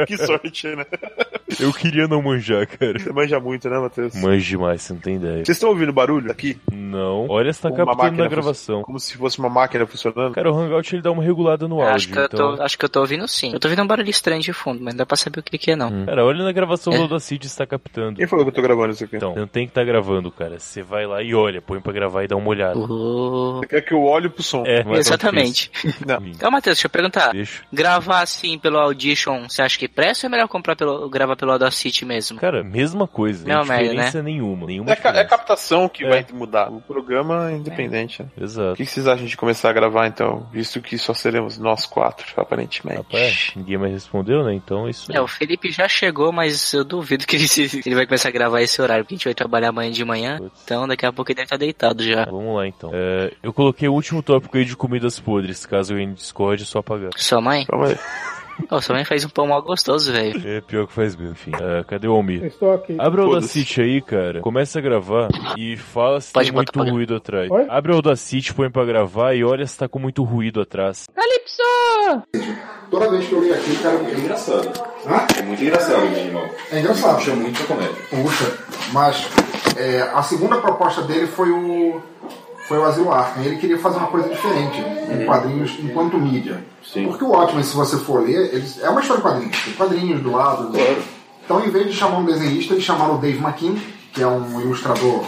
Que sorte, né?
Eu queria não manjar, cara.
Você manja muito, né, Matheus?
Manja demais, você não tem ideia.
Vocês estão ouvindo barulho aqui?
Não. Olha, você tá
Uma
captando
máquina
na gravação.
Como se fosse uma máquina funcionando?
Cara, o Hangout ele dá uma regulada no áudio.
Acho que, eu
então...
tô, acho que eu tô ouvindo sim. Eu tô ouvindo um barulho estranho de fundo, mas não dá pra saber o que, que é, não.
Hum. Cara, olha na gravação
É.
do Audacity, está captando.
Quem falou que eu tô gravando isso aqui?
Então, você não tem que estar gravando, cara. Você vai lá e olha, põe pra gravar e dá uma olhada.
Oh.
É que eu olho pro som.
É, mas
Exatamente.
Não.
Ruim.
Então, Matheus, deixa eu perguntar.
Deixa.
Gravar assim pelo Audition, você acha que presta ou é melhor comprar pelo, gravar pelo lado da City mesmo.
Cara, mesma coisa.
Não, né?
Não tem
merda,
diferença nenhuma. Nenhuma
É, ca- é
diferença.
a captação que
É.
vai mudar. O programa é independente. né? O
Exato.
que que vocês acham de começar a gravar então? Visto que só seremos nós quatro, aparentemente.
Rapaz, ninguém mais respondeu, né? Então é isso aí.
É, o Felipe já chegou, mas eu duvido que ele, se- <laughs> ele vai começar a gravar esse horário, porque a gente vai trabalhar amanhã de manhã.
Putz.
Então daqui a pouco ele deve estar deitado já.
Vamos lá então. É, eu coloquei o último tópico aí de comidas podres. Caso eu entre no Discord, é só apagar.
Sua mãe?
Calma aí.
Ô, sua mãe faz um pão mal gostoso, velho.
É pior que faz bem, enfim. É, cadê o Almir?
Eu estou aqui.
Abre o
Foda-se.
Audacity aí, cara. Começa a gravar e fala se
Pode
tem muito
botar pra-
ruído atrás.
Oi?
Abre o Audacity, põe pra gravar e olha se tá com muito ruído atrás.
Toda vez que eu venho aqui, o cara me
É
vira.
engraçado.
Hã?
É muito engraçado o Digimon.
É engraçado.
Puxa muito pra comédia.
Puxa, mas é, a segunda proposta dele foi o foi o Asilo Arkham. Ele queria fazer uma coisa diferente em quadrinhos enquanto mídia.
Uhum. Sim.
Porque o Watchmen, se você for ler, eles, é uma história de quadrinhos. Tem quadrinhos do lado.
Claro.
Então, em vez de chamar um desenhista, eles chamaram o Dave McKean, que é um ilustrador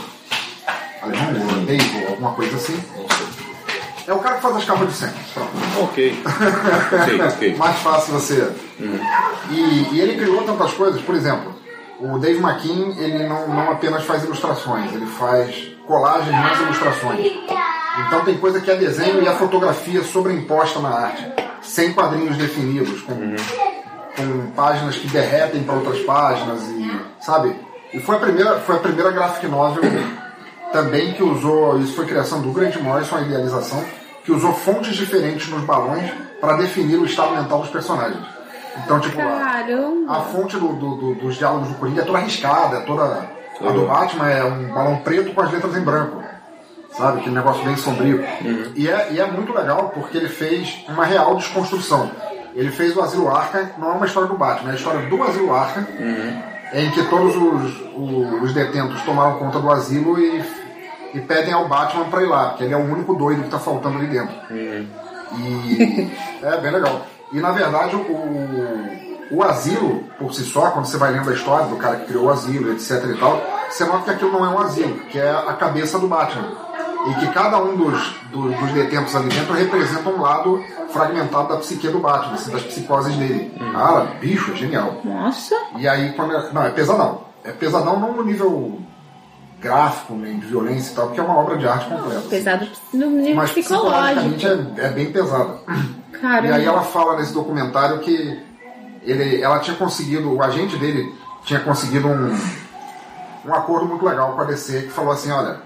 alemão, holandês ou alguma coisa assim. É o cara que faz as capas de sempre. Pronto.
Ok. ok, ok.
mais fácil você. E, e ele criou tantas coisas, por exemplo, o Dave McKean, ele não, não apenas faz ilustrações, ele faz colagens mais ilustrações. Então tem coisa que é desenho e a fotografia sobreimposta na arte, sem quadrinhos definidos, com, com páginas que derretem para outras páginas e sabe? E foi a primeira, foi a primeira graphic novel também que usou, isso foi criação do Grant Morrison, a idealização, que usou fontes diferentes nos balões para definir o estado mental dos personagens. Então, tipo, a-
Caramba.
a fonte do- do- do- dos diálogos do Coringa é toda arriscada, é toda. A do Batman é um balão preto com as letras em branco. Sabe? Aquele negócio bem sombrio. E, é, e é muito legal porque ele fez uma real desconstrução. Ele fez o Asilo Arca, não é uma história do Batman, é a história do Asilo Arca, em que todos os, o- os detentos tomaram conta do asilo e, e pedem ao Batman pra ir lá, porque ele é o único doido que tá faltando ali dentro. E é bem legal. E na verdade o, o asilo, por si só, quando você vai lendo a história do cara que criou o asilo, etc e tal, você nota que aquilo não é um asilo, que é a cabeça do Batman. E que cada um dos, dos, dos detentos ali dentro representa um lado fragmentado da psique do Batman, assim, das psicoses dele. Cara, bicho, é genial.
Nossa.
E aí, quando. é- Não, é pesadão. É pesadão não no nível gráfico, nem de violência e tal, porque é uma obra de arte completa. assim.
Pesado no nível
Mas
psicológico.
psicologicamente é, é bem pesada. E aí
Caramba.
ela fala nesse documentário que ele, ela tinha conseguido, o agente dele tinha conseguido um, um acordo muito legal com a DC que falou assim, olha,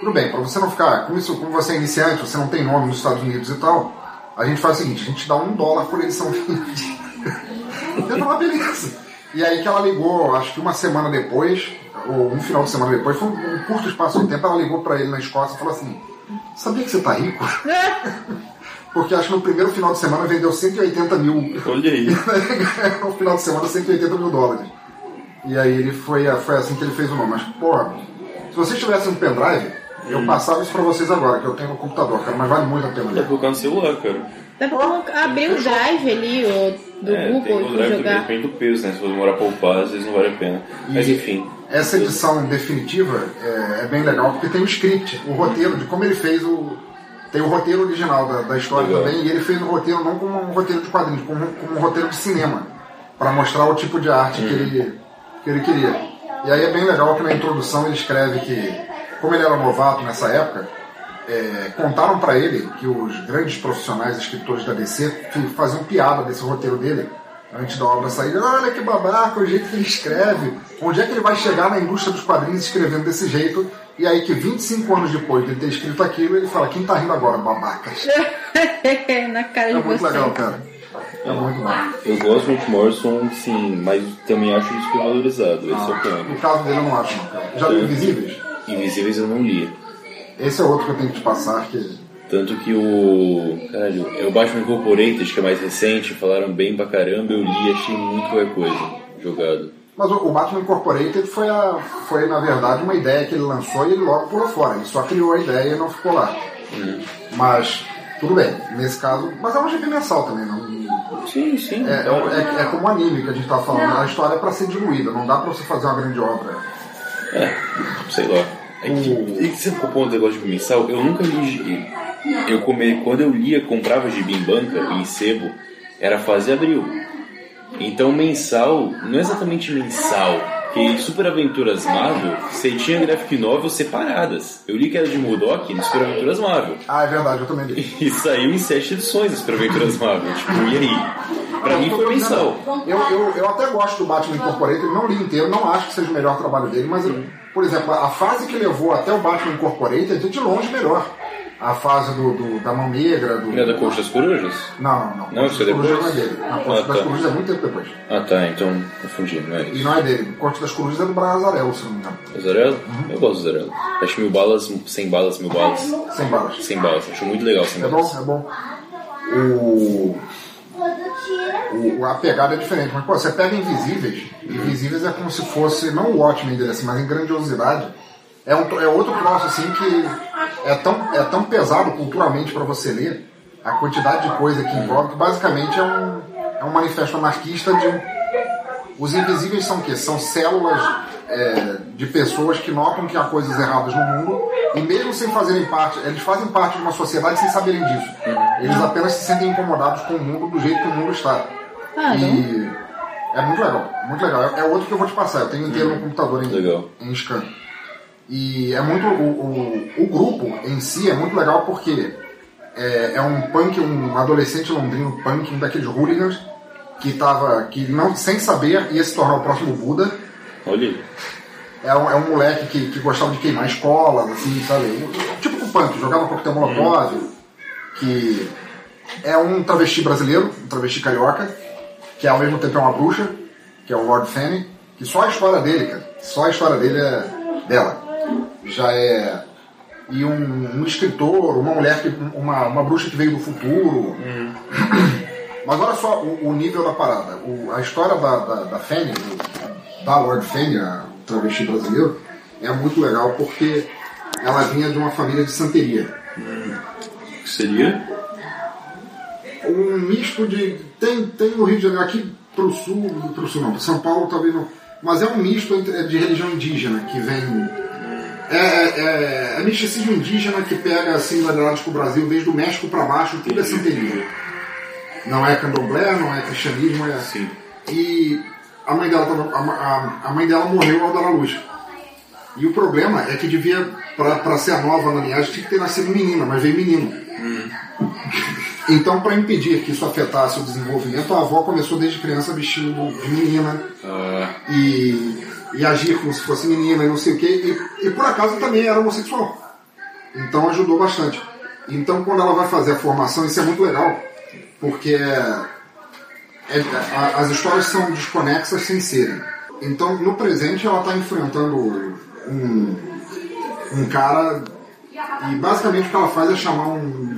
tudo bem, para você não ficar, como, isso, como você é iniciante, você não tem nome nos Estados Unidos e tal, a gente faz o seguinte, a gente dá um dólar por edição. Eu falei, beleza. E aí que ela ligou, acho que uma semana depois, ou um final de semana depois, foi um curto espaço de tempo, ela ligou para ele na Escócia e falou assim, sabia que você tá rico? Porque acho que no primeiro final de semana vendeu 180 mil. <laughs>
Olha aí.
no final de semana, 180 mil dólares. E aí ele foi, foi assim que ele fez o nome. Mas, porra, se vocês tivessem um pendrive, eu passava isso pra vocês agora, que eu tenho no computador, cara, mas vale muito a pena.
Dá pra
ler.
colocar no celular, cara.
Dá pra colocar- abrir o drive ali, o do
é, tem
Google
que
e
drive também,
jogar.
depende do peso, né? Se for demorar poupar, às vezes não vale a pena. Mas enfim.
Essa edição definitiva é, é bem legal, porque tem o script, o roteiro de como ele fez o. Tem o roteiro original da, da história
Legal.
também, e ele fez o roteiro não como um roteiro de quadrinhos, como, um- como um roteiro de cinema, para mostrar o tipo de arte que, ele, que ele queria. E aí é bem legal que na introdução ele escreve que, como ele era novato nessa época, é, contaram para ele que os grandes profissionais escritores da DC fi- faziam piada desse roteiro dele antes da obra sair. "Ah, Olha que babaca o jeito que ele escreve. Onde é que ele vai chegar na indústria dos quadrinhos escrevendo desse jeito? E aí que 25 anos depois de ele ter escrito aquilo, ele fala, quem tá rindo agora, babacas?
<laughs> Na cara
É
de
muito
você.
legal, cara. É muito bom.
Eu gosto muito de Morrison, sim, mas também acho desvalorizado. Esse é
Ah.
o
No
plano.
caso dele eu não acho, não, cara. Já viu Invisíveis?
Invisíveis eu não li.
Esse é outro que eu tenho que te passar, que
Tanto que o. Caralho, é o Batman Incorporated, que é mais recente, falaram bem pra caramba, eu li, achei muito qualquer coisa jogado.
Mas o, o Batman Incorporated foi, a- foi, na verdade, uma ideia que ele lançou e ele logo pulou fora. Ele só criou a ideia e não ficou lá.
Uhum.
Mas, tudo bem, nesse caso. Mas é um GP mensal também, não.
Sim, sim.
É, é, o- é- é como o anime que a gente tá falando. A história é pra ser diluída, não dá pra você fazer uma grande obra.
sei lá. É que, é que você ficou pondo negócio de mensal? Eu nunca li gibi. Eu come, quando eu lia, comprava gibi em banca, em sebo, era fase abril. Então mensal, não é exatamente mensal, que Super Aventuras Marvel, você tinha graphic novel separadas. Eu li que era de Murdoch de Super Aventuras Marvel.
Ah, é verdade, eu
<laughs>
também li.
E saiu em sete edições das Super Aventuras Marvel. Tipo, e aí? Pra mim foi mensal.
Eu, eu, eu até gosto do Batman Incorporated, não li inteiro, não acho que seja o melhor trabalho dele, mas, eu- por exemplo, a fase que levou até o Batman Incorporated é de longe melhor. A fase do, do- da Mão Negra, do.
Não é da Coxa das Corujas?
Não, não.
Não, isso é
O Coruja
depois?
Não é dele. A
Ah,
Corte das
tá.
Corujas é muito tempo depois.
Ah tá, então confundi, não é
E
isso.
não é dele. O Corte das Corujas é do Brazarel, se não me engano.
O Zarello? Eu gosto do Zarello. Acho mil balas, sem balas, mil balas.
Sem balas.
Sem balas, acho muito legal sem
É bom,
balas.
é bom. O, o- a pegada é diferente, mas pô, você pega Invisíveis, Invisíveis é como se fosse, não o Watchmen dele, assim, mas em grandiosidade. É, um, to- é outro troço assim que é tão, é tão pesado culturalmente para você ler, a quantidade de coisa que envolve, que basicamente é um, é um manifesto anarquista de um- Os invisíveis são o quê? São células é, de pessoas que notam que há coisas erradas no mundo e mesmo sem fazerem parte, eles fazem parte de uma sociedade sem saberem disso. Eles apenas se sentem incomodados com o mundo do jeito que o mundo está.
Ah, não.
E é muito legal, muito legal. É, é outro que eu vou te passar, eu tenho um inteiro no computador em,
Legal.
em scan. E é muito. O, o, o grupo em si é muito legal porque é, é um punk, um adolescente londrino punk, um daqueles hooligans, que tava. que não, sem saber ia se tornar o próximo Buda.
Olha aí.
É um, é um moleque que, que gostava de queimar escolas, assim, sabe? Tipo o punk, jogava coquetel molotov,
Uhum.
que é um travesti brasileiro, um travesti carioca, que ao mesmo tempo é uma bruxa, que é o Lord Fanny, que só a história dele, cara, só a história dele é dela. Já é. E um, um escritor, uma mulher, que, uma, uma bruxa que veio do futuro. Mas olha só o, o nível da parada. O- a história da, da, da Fanny, do- da Lord Fanny, a travesti brasileira, é muito legal porque ela vinha de uma família de santeria.
Que seria?
um misto de. Tem, tem no Rio de Janeiro, aqui pro sul, pro sul não, pro São Paulo talvez não. Mas é um misto entre- de religião indígena que vem. É, é, é misticismo indígena que pega assim variedades pro Brasil, desde o México pra baixo, tudo é santeria. Não é candomblé, não é cristianismo, é assim. E a mãe dela, tava- a, a- a mãe dela morreu ao dar à luz. E o problema é que devia, pra, pra ser a nova na linhagem, tinha que ter nascido menina, mas veio menino. Então, para impedir que isso afetasse o desenvolvimento, a avó começou desde criança vestindo de menina
Ah,
e, e agir como se fosse menina e não sei o quê. E, e por acaso também era homossexual. Então ajudou bastante. Então, quando ela vai fazer a formação, isso é muito legal, porque é- é- a- as histórias são desconexas sem serem. Então, no presente, ela está enfrentando um, um cara. E basicamente o que ela faz é chamar um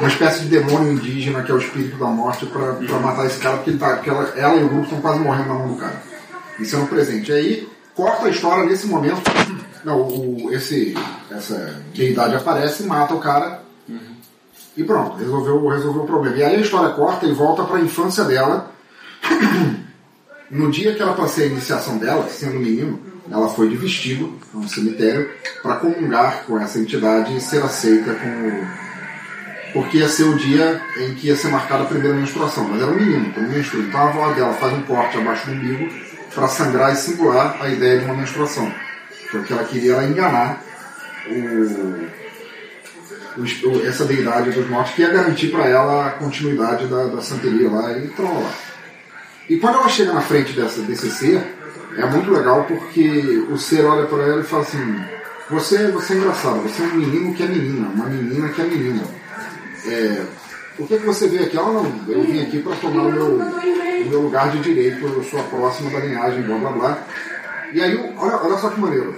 uma espécie de demônio indígena que é o espírito da morte pra, pra matar esse cara, porque, ele tá, porque ela, ela e o grupo estão quase morrendo na mão do cara. Isso é um presente. E aí, corta a história nesse momento. Não, o, esse, essa deidade aparece, mata o cara e pronto, resolveu, resolveu o problema. E aí a história corta e volta pra infância dela. No dia que ela passei a iniciação dela, sendo um menino, ela foi de vestido a um cemitério pra comungar com essa entidade e ser aceita como porque ia ser o dia em que ia ser marcada a primeira menstruação, mas era um menino, então não menstrua. Então a avó dela faz um corte abaixo do umbigo para sangrar e singular a ideia de uma menstruação. Então o que ela queria era enganar o, o es- o- essa deidade dos mortos, que ia garantir para ela a continuidade da, da santeria lá e trola lá. E quando ela chega na frente dessa, desse ser, é muito legal porque o ser olha pra ela e fala assim: você, você é engraçado, você é um menino que é menina, uma menina que é menina. É, o que, é que você veio aqui? Ela não, eu vim aqui pra tomar o meu, o meu lugar de direito, eu sou a próxima da linhagem, blá blá blá. E aí, o- olha, olha só que maneiro.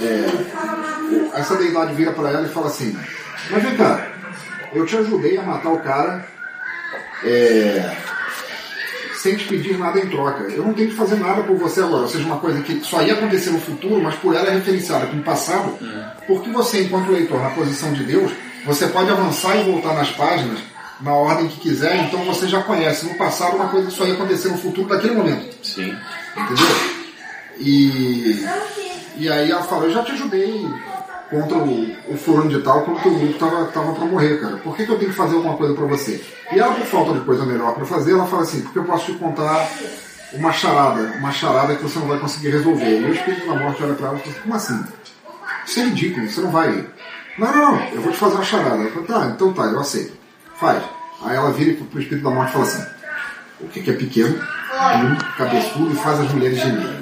É, o- essa deidade vira pra ela e fala assim: Mas vem cá, eu te ajudei a matar o cara. É, sem te pedir nada em troca. Eu não tenho que fazer nada por você agora. Ou seja, uma coisa que só ia acontecer no futuro, mas por ela é referenciada como passado, porque você, enquanto leitor, na posição de Deus, você pode avançar e voltar nas páginas na ordem que quiser, então você já conhece no passado uma coisa que só ia acontecer no futuro daquele momento.
sim.
Entendeu? E, e aí ela falou, eu já te ajudei contra o, o fulano de tal quando teu grupo tava, tava pra morrer, cara. Por que, que eu tenho que fazer alguma coisa pra você? E ela, por falta de coisa melhor pra fazer, ela fala assim, porque eu posso te contar uma charada, uma charada que você não vai conseguir resolver. E o espírito da morte olha pra ela e fala assim, como assim? Isso é ridículo, você não vai. Não, não, não, eu vou te fazer uma charada. Ela fala, tá, então tá, eu aceito. Faz. Aí ela vira pro, pro espírito da morte e fala assim, o que, que é pequeno, muito cabeçudo e faz as mulheres gemerem.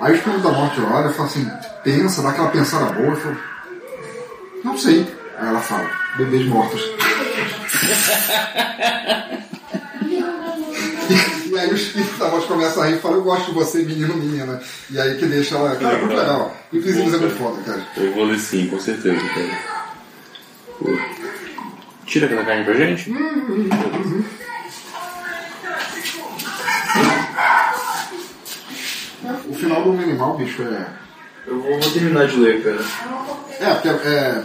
Aí o espírito da morte olha e fala assim, pensa, dá aquela pensada boa, e fala, não sei. Aí ela fala, bebês mortos. e aí o espírito da morte começa a rir e fala, eu gosto de você, menino, menina. E aí que deixa ela. Cara, é muito legal. Inclusive isso é muito foda, cara.
Eu vou ler sim, com certeza, cara. Pô. Tira aquela carne pra gente?
O final do minimal, bicho, é.
Eu vou, vou terminar de ler, cara.
É, porque é,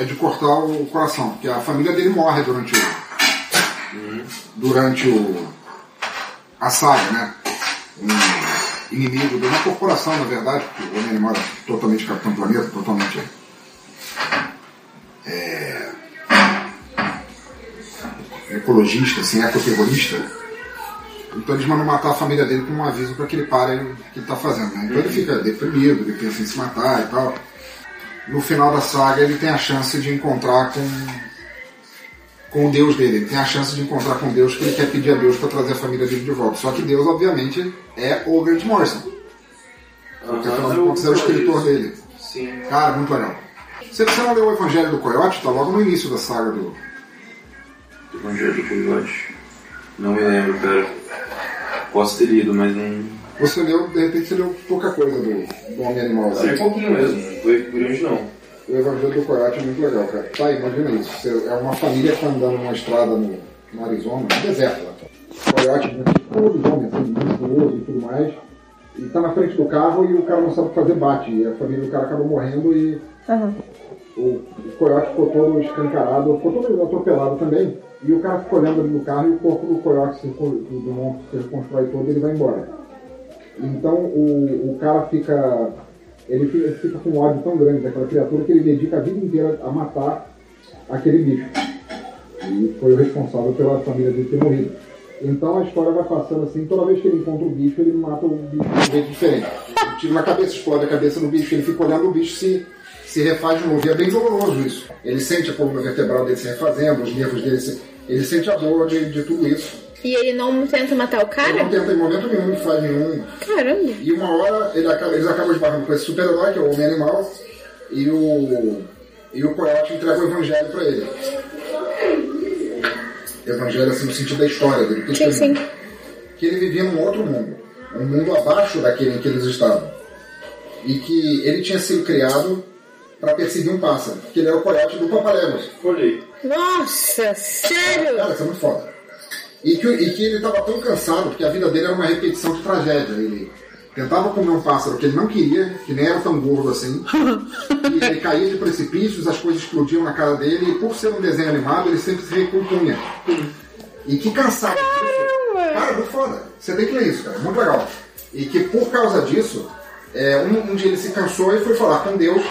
é de cortar o coração, porque a família dele morre durante o.
Uhum.
Durante o. A saga, né? Um inimigo de uma corporação, na verdade, porque o homem mora totalmente Capitão Planeta, totalmente. é, ecologista, assim, ecoterrorista. Então eles mandam matar a família dele com um aviso para que ele pare o que ele tá fazendo, né? Então ele fica deprimido, ele pensa em se matar e tal no final da saga ele tem a chance de encontrar com com o Deus dele, ele tem a chance de encontrar com Deus que ele quer pedir a Deus para trazer a família dele de volta. Só que Deus, obviamente, é o Grant Morrison. Porque afinal de contas é o escritor dele.
Sim.
Cara, muito legal. Se você não leu o Evangelho do Coyote, tá logo no início da saga do.
Evangelho do Coyote. Não me lembro, cara. Posso ter lido, mas não.
Você leu, de repente você leu pouca coisa do, do Homem Animal. assim.
É pouquinho mesmo, não foi grande não.
O Evangelho do Coyote é muito legal, cara. Tá aí, imagina isso. Você- é uma família que tá andando numa estrada no, no Arizona, no deserto né? lá. cara. Coyote, né? todos homens, assim, musculoso e tudo mais. E tá na frente do carro e o cara não sabe o que fazer, bate. E a família do cara acaba morrendo e o, o coiote ficou todo escancarado, ficou todo atropelado também. E o cara ficou olhando ali no carro e o corpo do coiote se, recon- do do monstro se reconstrói todo e ele vai embora. Então o, o cara fica. Ele fica, ele fica com um ódio tão grande daquela criatura que ele dedica a vida inteira a matar aquele bicho. E foi o responsável pela família dele ter morrido. Então a história vai passando assim, toda vez que ele encontra o bicho, ele mata o bicho de um jeito diferente. Tira na cabeça, explode a cabeça do bicho, ele fica olhando o bicho se, se refaz de novo. E é bem doloroso isso. Ele sente a coluna vertebral dele se refazendo, os nervos dele se. Ele sente a dor de, de tudo isso.
E ele não tenta matar o
Ele não
cara?
tenta em momento nenhum, faz nenhum.
Caramba.
E uma hora ele acaba- eles acabam esbarrando com esse super-herói, que é o Homem Animal, e o. E o Coyote entrega o evangelho pra ele. Evangelho assim no sentido da história dele.
Sim, sim.
Que ele vivia num outro mundo. Um mundo abaixo daquele em que eles estavam. E que ele tinha sido criado pra perseguir um pássaro. Que ele era o coiote do Papaléguas.
Olhei.
Nossa, sério?
Cara, isso é muito foda. E que, e que ele estava tão cansado, porque a vida dele era uma repetição de tragédia. Ele tentava comer um pássaro que ele não queria, que nem era tão gordo assim. e ele caía de precipícios, as coisas explodiam na cara dele, e por ser um desenho animado, ele sempre se recompunha. E que cansado. Cara, muito foda. Você tem que ler isso, cara. Muito legal. E que por causa disso, é, um, um dia ele se cansou e foi falar com Deus,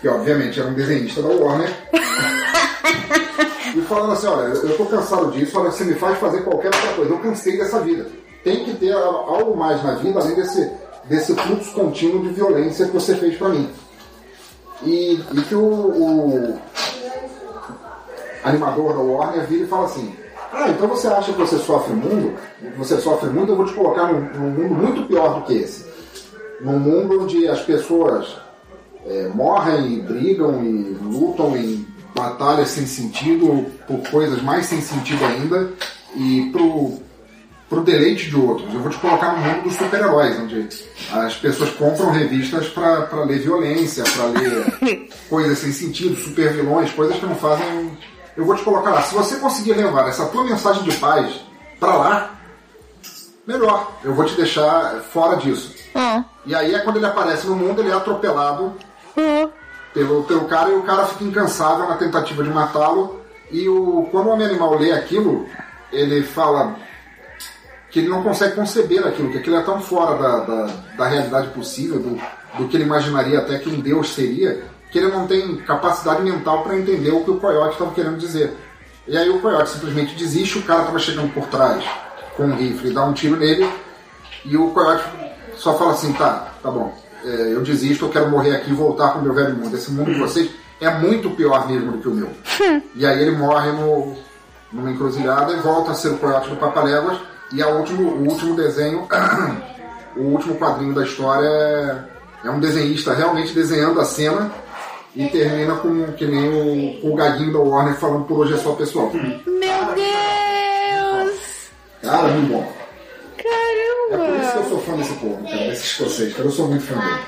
que obviamente era um desenhista da Warner e falando assim, olha, eu tô cansado disso, olha, você me faz fazer qualquer outra coisa, eu cansei dessa vida. Tem que ter algo mais na vida além desse, desse fluxo contínuo de violência que você fez pra mim. E, e que o, o animador da Warner vira e fala assim, ah, então você acha que você sofre muito? Você sofre muito, eu vou te colocar num, num mundo muito pior do que esse. Num mundo onde as pessoas é, morrem e brigam e lutam em batalhas sem sentido por coisas mais sem sentido ainda e pro, pro deleite de outros. Eu vou te colocar no mundo dos super-heróis, onde as pessoas compram revistas pra pra ler violência, pra ler coisas sem sentido, super-vilões, coisas que não fazem. Eu vou te colocar lá. Se você conseguir levar essa tua mensagem de paz pra lá, melhor. Eu vou te deixar fora disso. E aí é quando ele aparece no mundo, ele é atropelado pelo, pelo cara e o cara fica incansável na tentativa de matá-lo. E o, quando o homem animal lê aquilo, ele fala que ele não consegue conceber aquilo, que aquilo é tão fora da, da, da realidade possível, do, do que ele imaginaria até que um deus seria, que ele não tem capacidade mental para entender o que o Coyote estava querendo dizer. E aí o Coyote simplesmente desiste, o cara estava chegando por trás com um rifle, dá um tiro nele e o Coyote só fala assim, tá, tá bom, é, eu desisto, eu quero morrer aqui e voltar pro meu velho mundo. Esse mundo de vocês é muito pior mesmo do que o meu. e aí ele morre no, numa encruzilhada e volta a ser o Coyote do Papaléguas e é o último, o último desenho, <coughs> o último quadrinho da história é é um desenhista realmente desenhando a cena e termina com que nem o, com o gaguinho da Warner falando por hoje é só pessoal.
Meu Deus!
Cara, muito bom. É por isso que eu
Caramba!
sou fã desse povo, cara, desses escoceses, cara. Eu sou muito fã dele.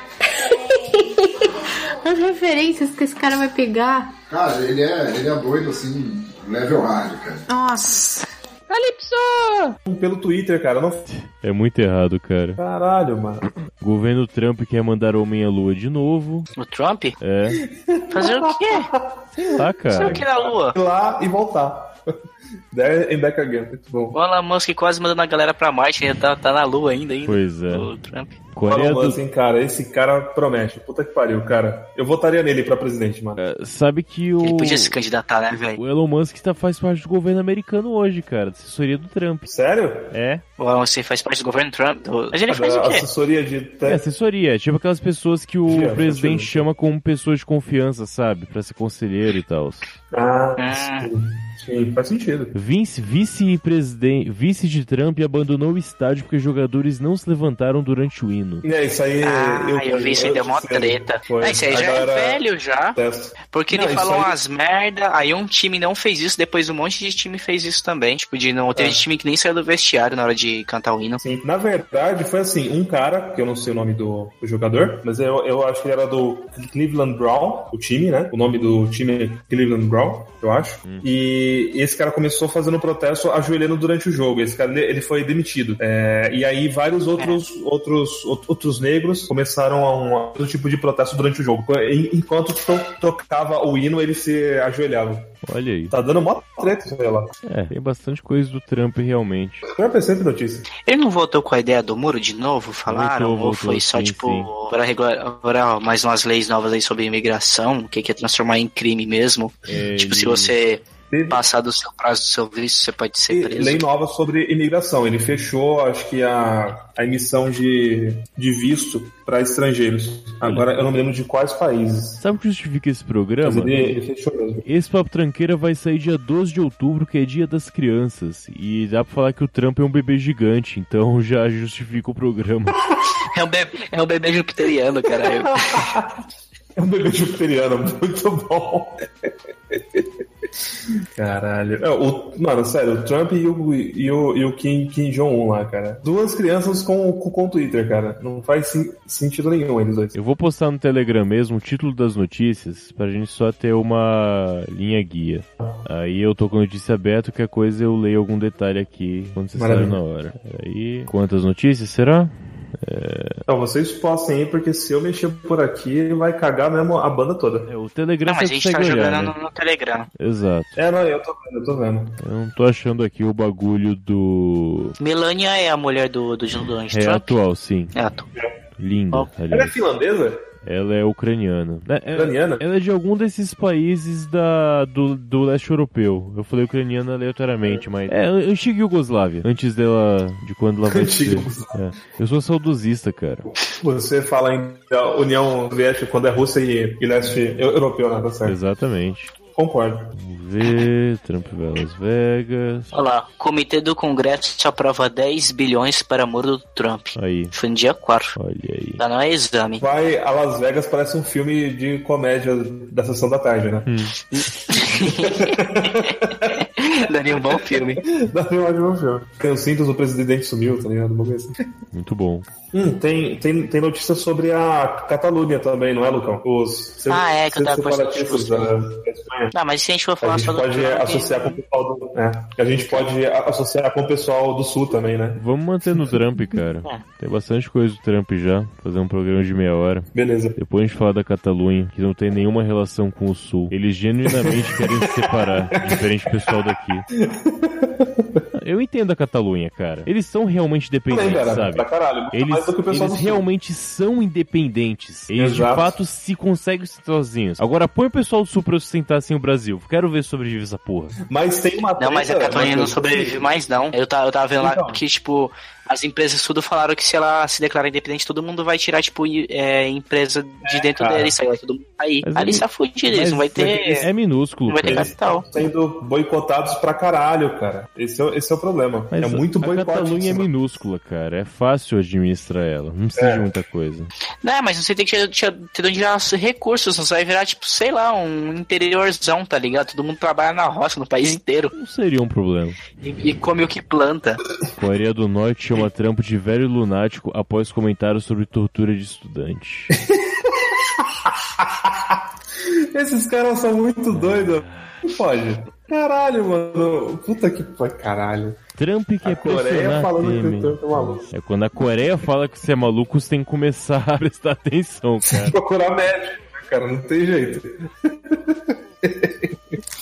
É.
As referências que esse cara vai pegar.
Cara, ele é, ele é doido assim, level hard, cara.
Nossa.
Pelo Twitter, cara. Não...
É muito errado, cara.
Caralho, mano.
O governo Trump quer mandar homem à lua de novo.
O Trump?
É.
Fazer o quê?
Tá,
Fazer
cara.
o quê na lua?
Ir lá e voltar. <laughs> There and back again. Muito bom.
O Elon Musk quase mandando a galera pra Marte, ainda tá, tá na lua ainda, ainda.
Pois é.
O Trump.
Coreia
Elon
do...
Musk, hein, cara. Esse cara promete. Puta que pariu, cara. Eu votaria nele pra presidente, mano.
Ah, Sabe que o...
Ele podia se candidatar, né, velho?
O Elon Musk tá, faz parte do governo americano hoje, cara. Da assessoria do Trump.
Sério?
É.
O Elon Musk faz parte do governo Trump. do- Mas ele faz
Da
o quê?
assessoria de...
É
Te...
assessoria. É tipo aquelas pessoas que o
Sim, é,
presidente
assessoria.
chama como pessoas de confiança, sabe? Pra ser conselheiro e tal.
Ah,
Ah.
sim. Faz sentido.
Vince, vice-presidente, vice de Trump abandonou o estádio porque jogadores não se levantaram durante o hino.
E é isso aí...
Ah, eu, vi isso aí, deu mó treta.
Foi.
Ah, isso aí já
Agora-
é velho já.
Testo.
Porque
Não,
ele
isso
falou
aí-
umas merda, aí um time não fez isso, depois um monte de time fez isso também. Tipo, de não. Teve
É.
time que nem saiu do vestiário na hora de cantar o hino.
Sim. Na verdade, foi assim, um cara, que eu não sei o nome do, do jogador, mas eu, eu acho que ele era do Cleveland Brown, o time, né? O nome do time é Cleveland Brown, eu acho. E esse cara começou fazendo protesto ajoelhando durante o jogo. Esse cara, ele, ele foi demitido. É, e aí vários outros, outros, out- outros negros começaram a um outro tipo de protesto durante o jogo. En- Enquanto to- tocava o hino, ele se ajoelhava.
Olha aí.
Tá dando mó treta, sei lá.
É, tem bastante coisa do Trump realmente.
Trump é sempre notícia.
Ele não voltou com a ideia do muro de novo, falaram?
Voltou,
ou
voltou,
foi só,
sim, sim.
tipo, agora, regula- agora mais umas leis novas aí sobre imigração, o que que é transformar em crime mesmo?
É,
Tipo, se
ele-
você
Teve-
passar do seu prazo do seu visto, você pode ser
E
preso.
lei nova sobre imigração. Ele fechou, acho que, a, a emissão de, de visto para estrangeiros. Agora, eu não me lembro de quais países.
Sabe o que justifica esse
Mas
programa?
ele, ele fechou mesmo.
Esse Papo Tranqueira vai sair dia 12 de outubro, que é dia das crianças. E dá pra falar que o Trump é um bebê gigante, então <laughs> já justifica o programa.
É um, bebê, é um bebê jupiteriano, cara. Eu-
É um bebê jupiteriano, <laughs> muito bom. Caralho. É, o- mano, sério, o Trump e o, e o, e o Kim, Kim Jong-un lá, cara. Duas crianças com, com, com Twitter, cara. Não faz sen- sentido nenhum eles dois.
Eu vou postar no Telegram mesmo o título das notícias, pra gente só ter uma linha guia. Aí eu tô com a notícia aberta, qualquer coisa eu leio algum detalhe aqui quando vocês saírem
Maravilha.
na hora. Aí, quantas notícias será?
Então, vocês postem aí, porque se eu mexer por aqui, vai cagar mesmo a banda toda.
É, o Telegram
Não, mas a
você
gente
consegue
tá
olhar,
jogando
né?
no, no Telegram.
Exato.
É, não, eu tô vendo, eu tô vendo.
Eu não tô achando aqui o bagulho do...
Melania é a mulher do, do Donald
É
Trump?
atual, sim.
É, atu-
Linda,
Ó,
Ela é
aliás.
finlandesa?
Ela é ucraniana. É- é-
Ucraniana?
Ela é de algum desses países da, do, do leste europeu. Eu falei ucraniana aleatoriamente, mas. É, an- antiga Iugoslávia. Antes dela. de quando
<laughs>
ela vai
Antiga
ser. É. Eu sou saudosista, cara.
Você fala em da União Soviética quando é Rússia e, e leste eu- europeu, né? Tá certo.
Exatamente.
Concordo.
Vamos ver. Trump vai a Las Vegas.
Olha lá, Comitê do Congresso aprova 10 bilhões para muro do Trump.
Aí.
Foi no dia 4.
Olha aí.
Tá no <laughs> exame.
Vai a Las Vegas, parece um filme de comédia da sessão da tarde, né?
Hum. Daria um bom filme.
<laughs> Dá pra imaginar um filme. Tem os cintos, o presidente sumiu, tá ligado? Uma coisa assim.
Muito bom.
Hum, tem, tem, tem notícia sobre a Catalunha também, não é, Lucão? Os
Ah, é, que eu
os
tava postando,
separatistas
tipo,
da da Espanha.
Não, mas se a gente for falar
A gente
só do
pode
Trump,
associar com o pessoal do. É, a gente pode a- associar com o pessoal do sul também, né?
Vamos manter no Trump, cara. Tem bastante coisa do Trump já. Fazer um programa de meia hora.
Beleza.
Depois a gente fala da Catalunha, que não tem nenhuma relação com o Sul. Eles genuinamente querem se separar, diferente do pessoal daqui. aqui. Eu entendo a Catalunha, cara. Eles são realmente
Também,
dependentes,
cara,
sabe?
pra caralho. Muito
Eles,
mais do que o pessoal
eles
do Sul.
realmente são independentes. Eles de
Exato.
fato se conseguem sozinhos. Agora põe o pessoal do Sul pra sustentar sem o Brasil. Quero ver sobreviver essa porra.
Mas tem uma
Não, mas a
treta,
Catalunha não
Matheus. tá
sobrevive mais, não. Eu tava, eu tava vendo lá
Então.
que, tipo, as empresas tudo falaram que se ela se declarar independente, todo mundo vai tirar, tipo, i- é, empresa de dentro
cara.
dela e sair, todo mundo sair.
Mas é-
Ali está fudido, eles
Mas
não vai ter.
É minúsculo,
Não vai ter
cara.
capital.
Sendo boicotados pra caralho, cara. Esse é, esse é o problema.
Mas
é muito
a
boicote.
Catalunha é
isso, mano.
minúscula, cara. É fácil administrar ela. Não precisa
É.
de muita coisa.
Não, Né, mas você tem que tirar- tirar- ter de onde tirar os recursos, não você vai virar, tipo, sei lá, um interiorzão, tá ligado? Todo mundo trabalha na roça, no país inteiro.
Não seria um problema.
E, e come o que planta.
Coreia do Norte chama trampo de velho lunático após comentários sobre tortura de estudante.
Esses caras são muito doidos. Não pode. Caralho, mano. Puta que pa- caralho.
Trump que é
Coreia
pressionar
falando que o
Temer.
Trump é maluco.
É quando a Coreia fala que você é maluco, você tem que começar <laughs> a prestar atenção, cara.
Procurar médico, cara. Não tem jeito. <laughs>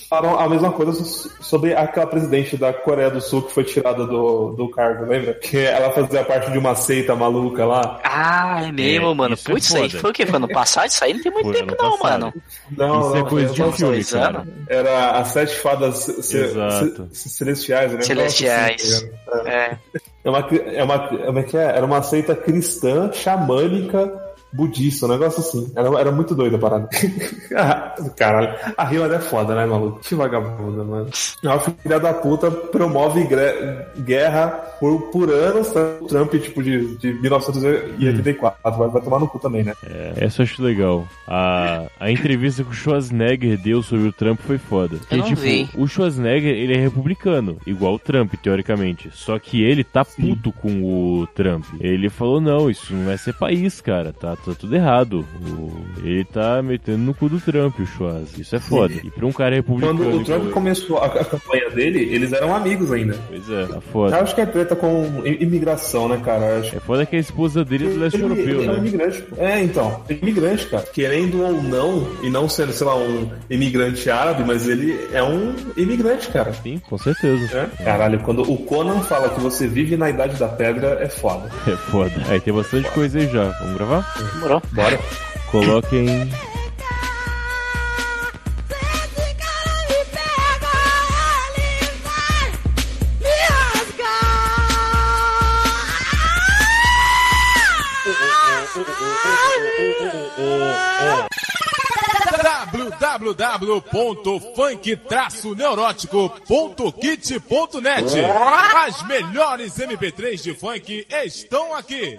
Falaram a mesma coisa so- sobre aquela presidente da Coreia do Sul que foi tirada do, do cargo, lembra? Que ela fazia parte de uma seita maluca lá.
Ah, é mesmo,
É,
mano.
isso é
Putz, isso aí
foda.
foi o quê? Foi ano passado? Isso aí não tem muito
Foi
tempo,
ano
não,
passado.
mano.
Não,
Isso
não,
é coisa
eu
de
não-
uns
filme,
dois
cara.
anos.
Era as sete fadas ce- ce-
Exato.
ce- celestiais, né?
Celestiais.
Nossa, cara.
É.
É uma, cri- é uma, como é que é? Era uma seita cristã, xamânica, budista, um negócio assim. Era, era muito doida a parada. <laughs> Ah, Caralho, a Hillary é foda, né, maluco? Que vagabunda, mano. A filha da puta promove gre- guerra por, por anos, tá? O Trump, tipo, de, de 1984. Vai, vai tomar no cu também, né?
Essa eu acho legal. A, a entrevista que o Schwarzenegger deu sobre o Trump foi foda. Porque,
não
tipo,
vi.
o Schwarzenegger, ele é republicano, igual o Trump, teoricamente. Só que ele tá puto com o Trump. Ele falou, não, isso não vai ser país, cara. Tá, tá tudo errado. O- ele tá metendo no cu do Trump, o Schwarz. Isso é foda. E pra um cara republicano...
Quando o
igual
Trump
ele-
começou a, a campanha dele, eles eram amigos ainda.
Pois é, tá
Eu
foda.
acho que é treta com i- imigração, né, cara? Eu acho
É foda que a esposa dele é do leste
Ele-
europeu,
ele é um
né?
imigrante. pô. É, então. Imigrante, cara. Querendo ou não, e não sendo, sei lá, um imigrante árabe, mas ele é um imigrante, cara.
Sim, com certeza.
É. Caralho, quando o Conan fala que você vive na idade da pedra, é foda.
<laughs> É foda. Aí tem bastante coisa aí já. Vamos gravar?
Demorou.
Bora.
Coloquem...
www.funk-neurótico.kit.net As melhores MP3 de funk estão aqui.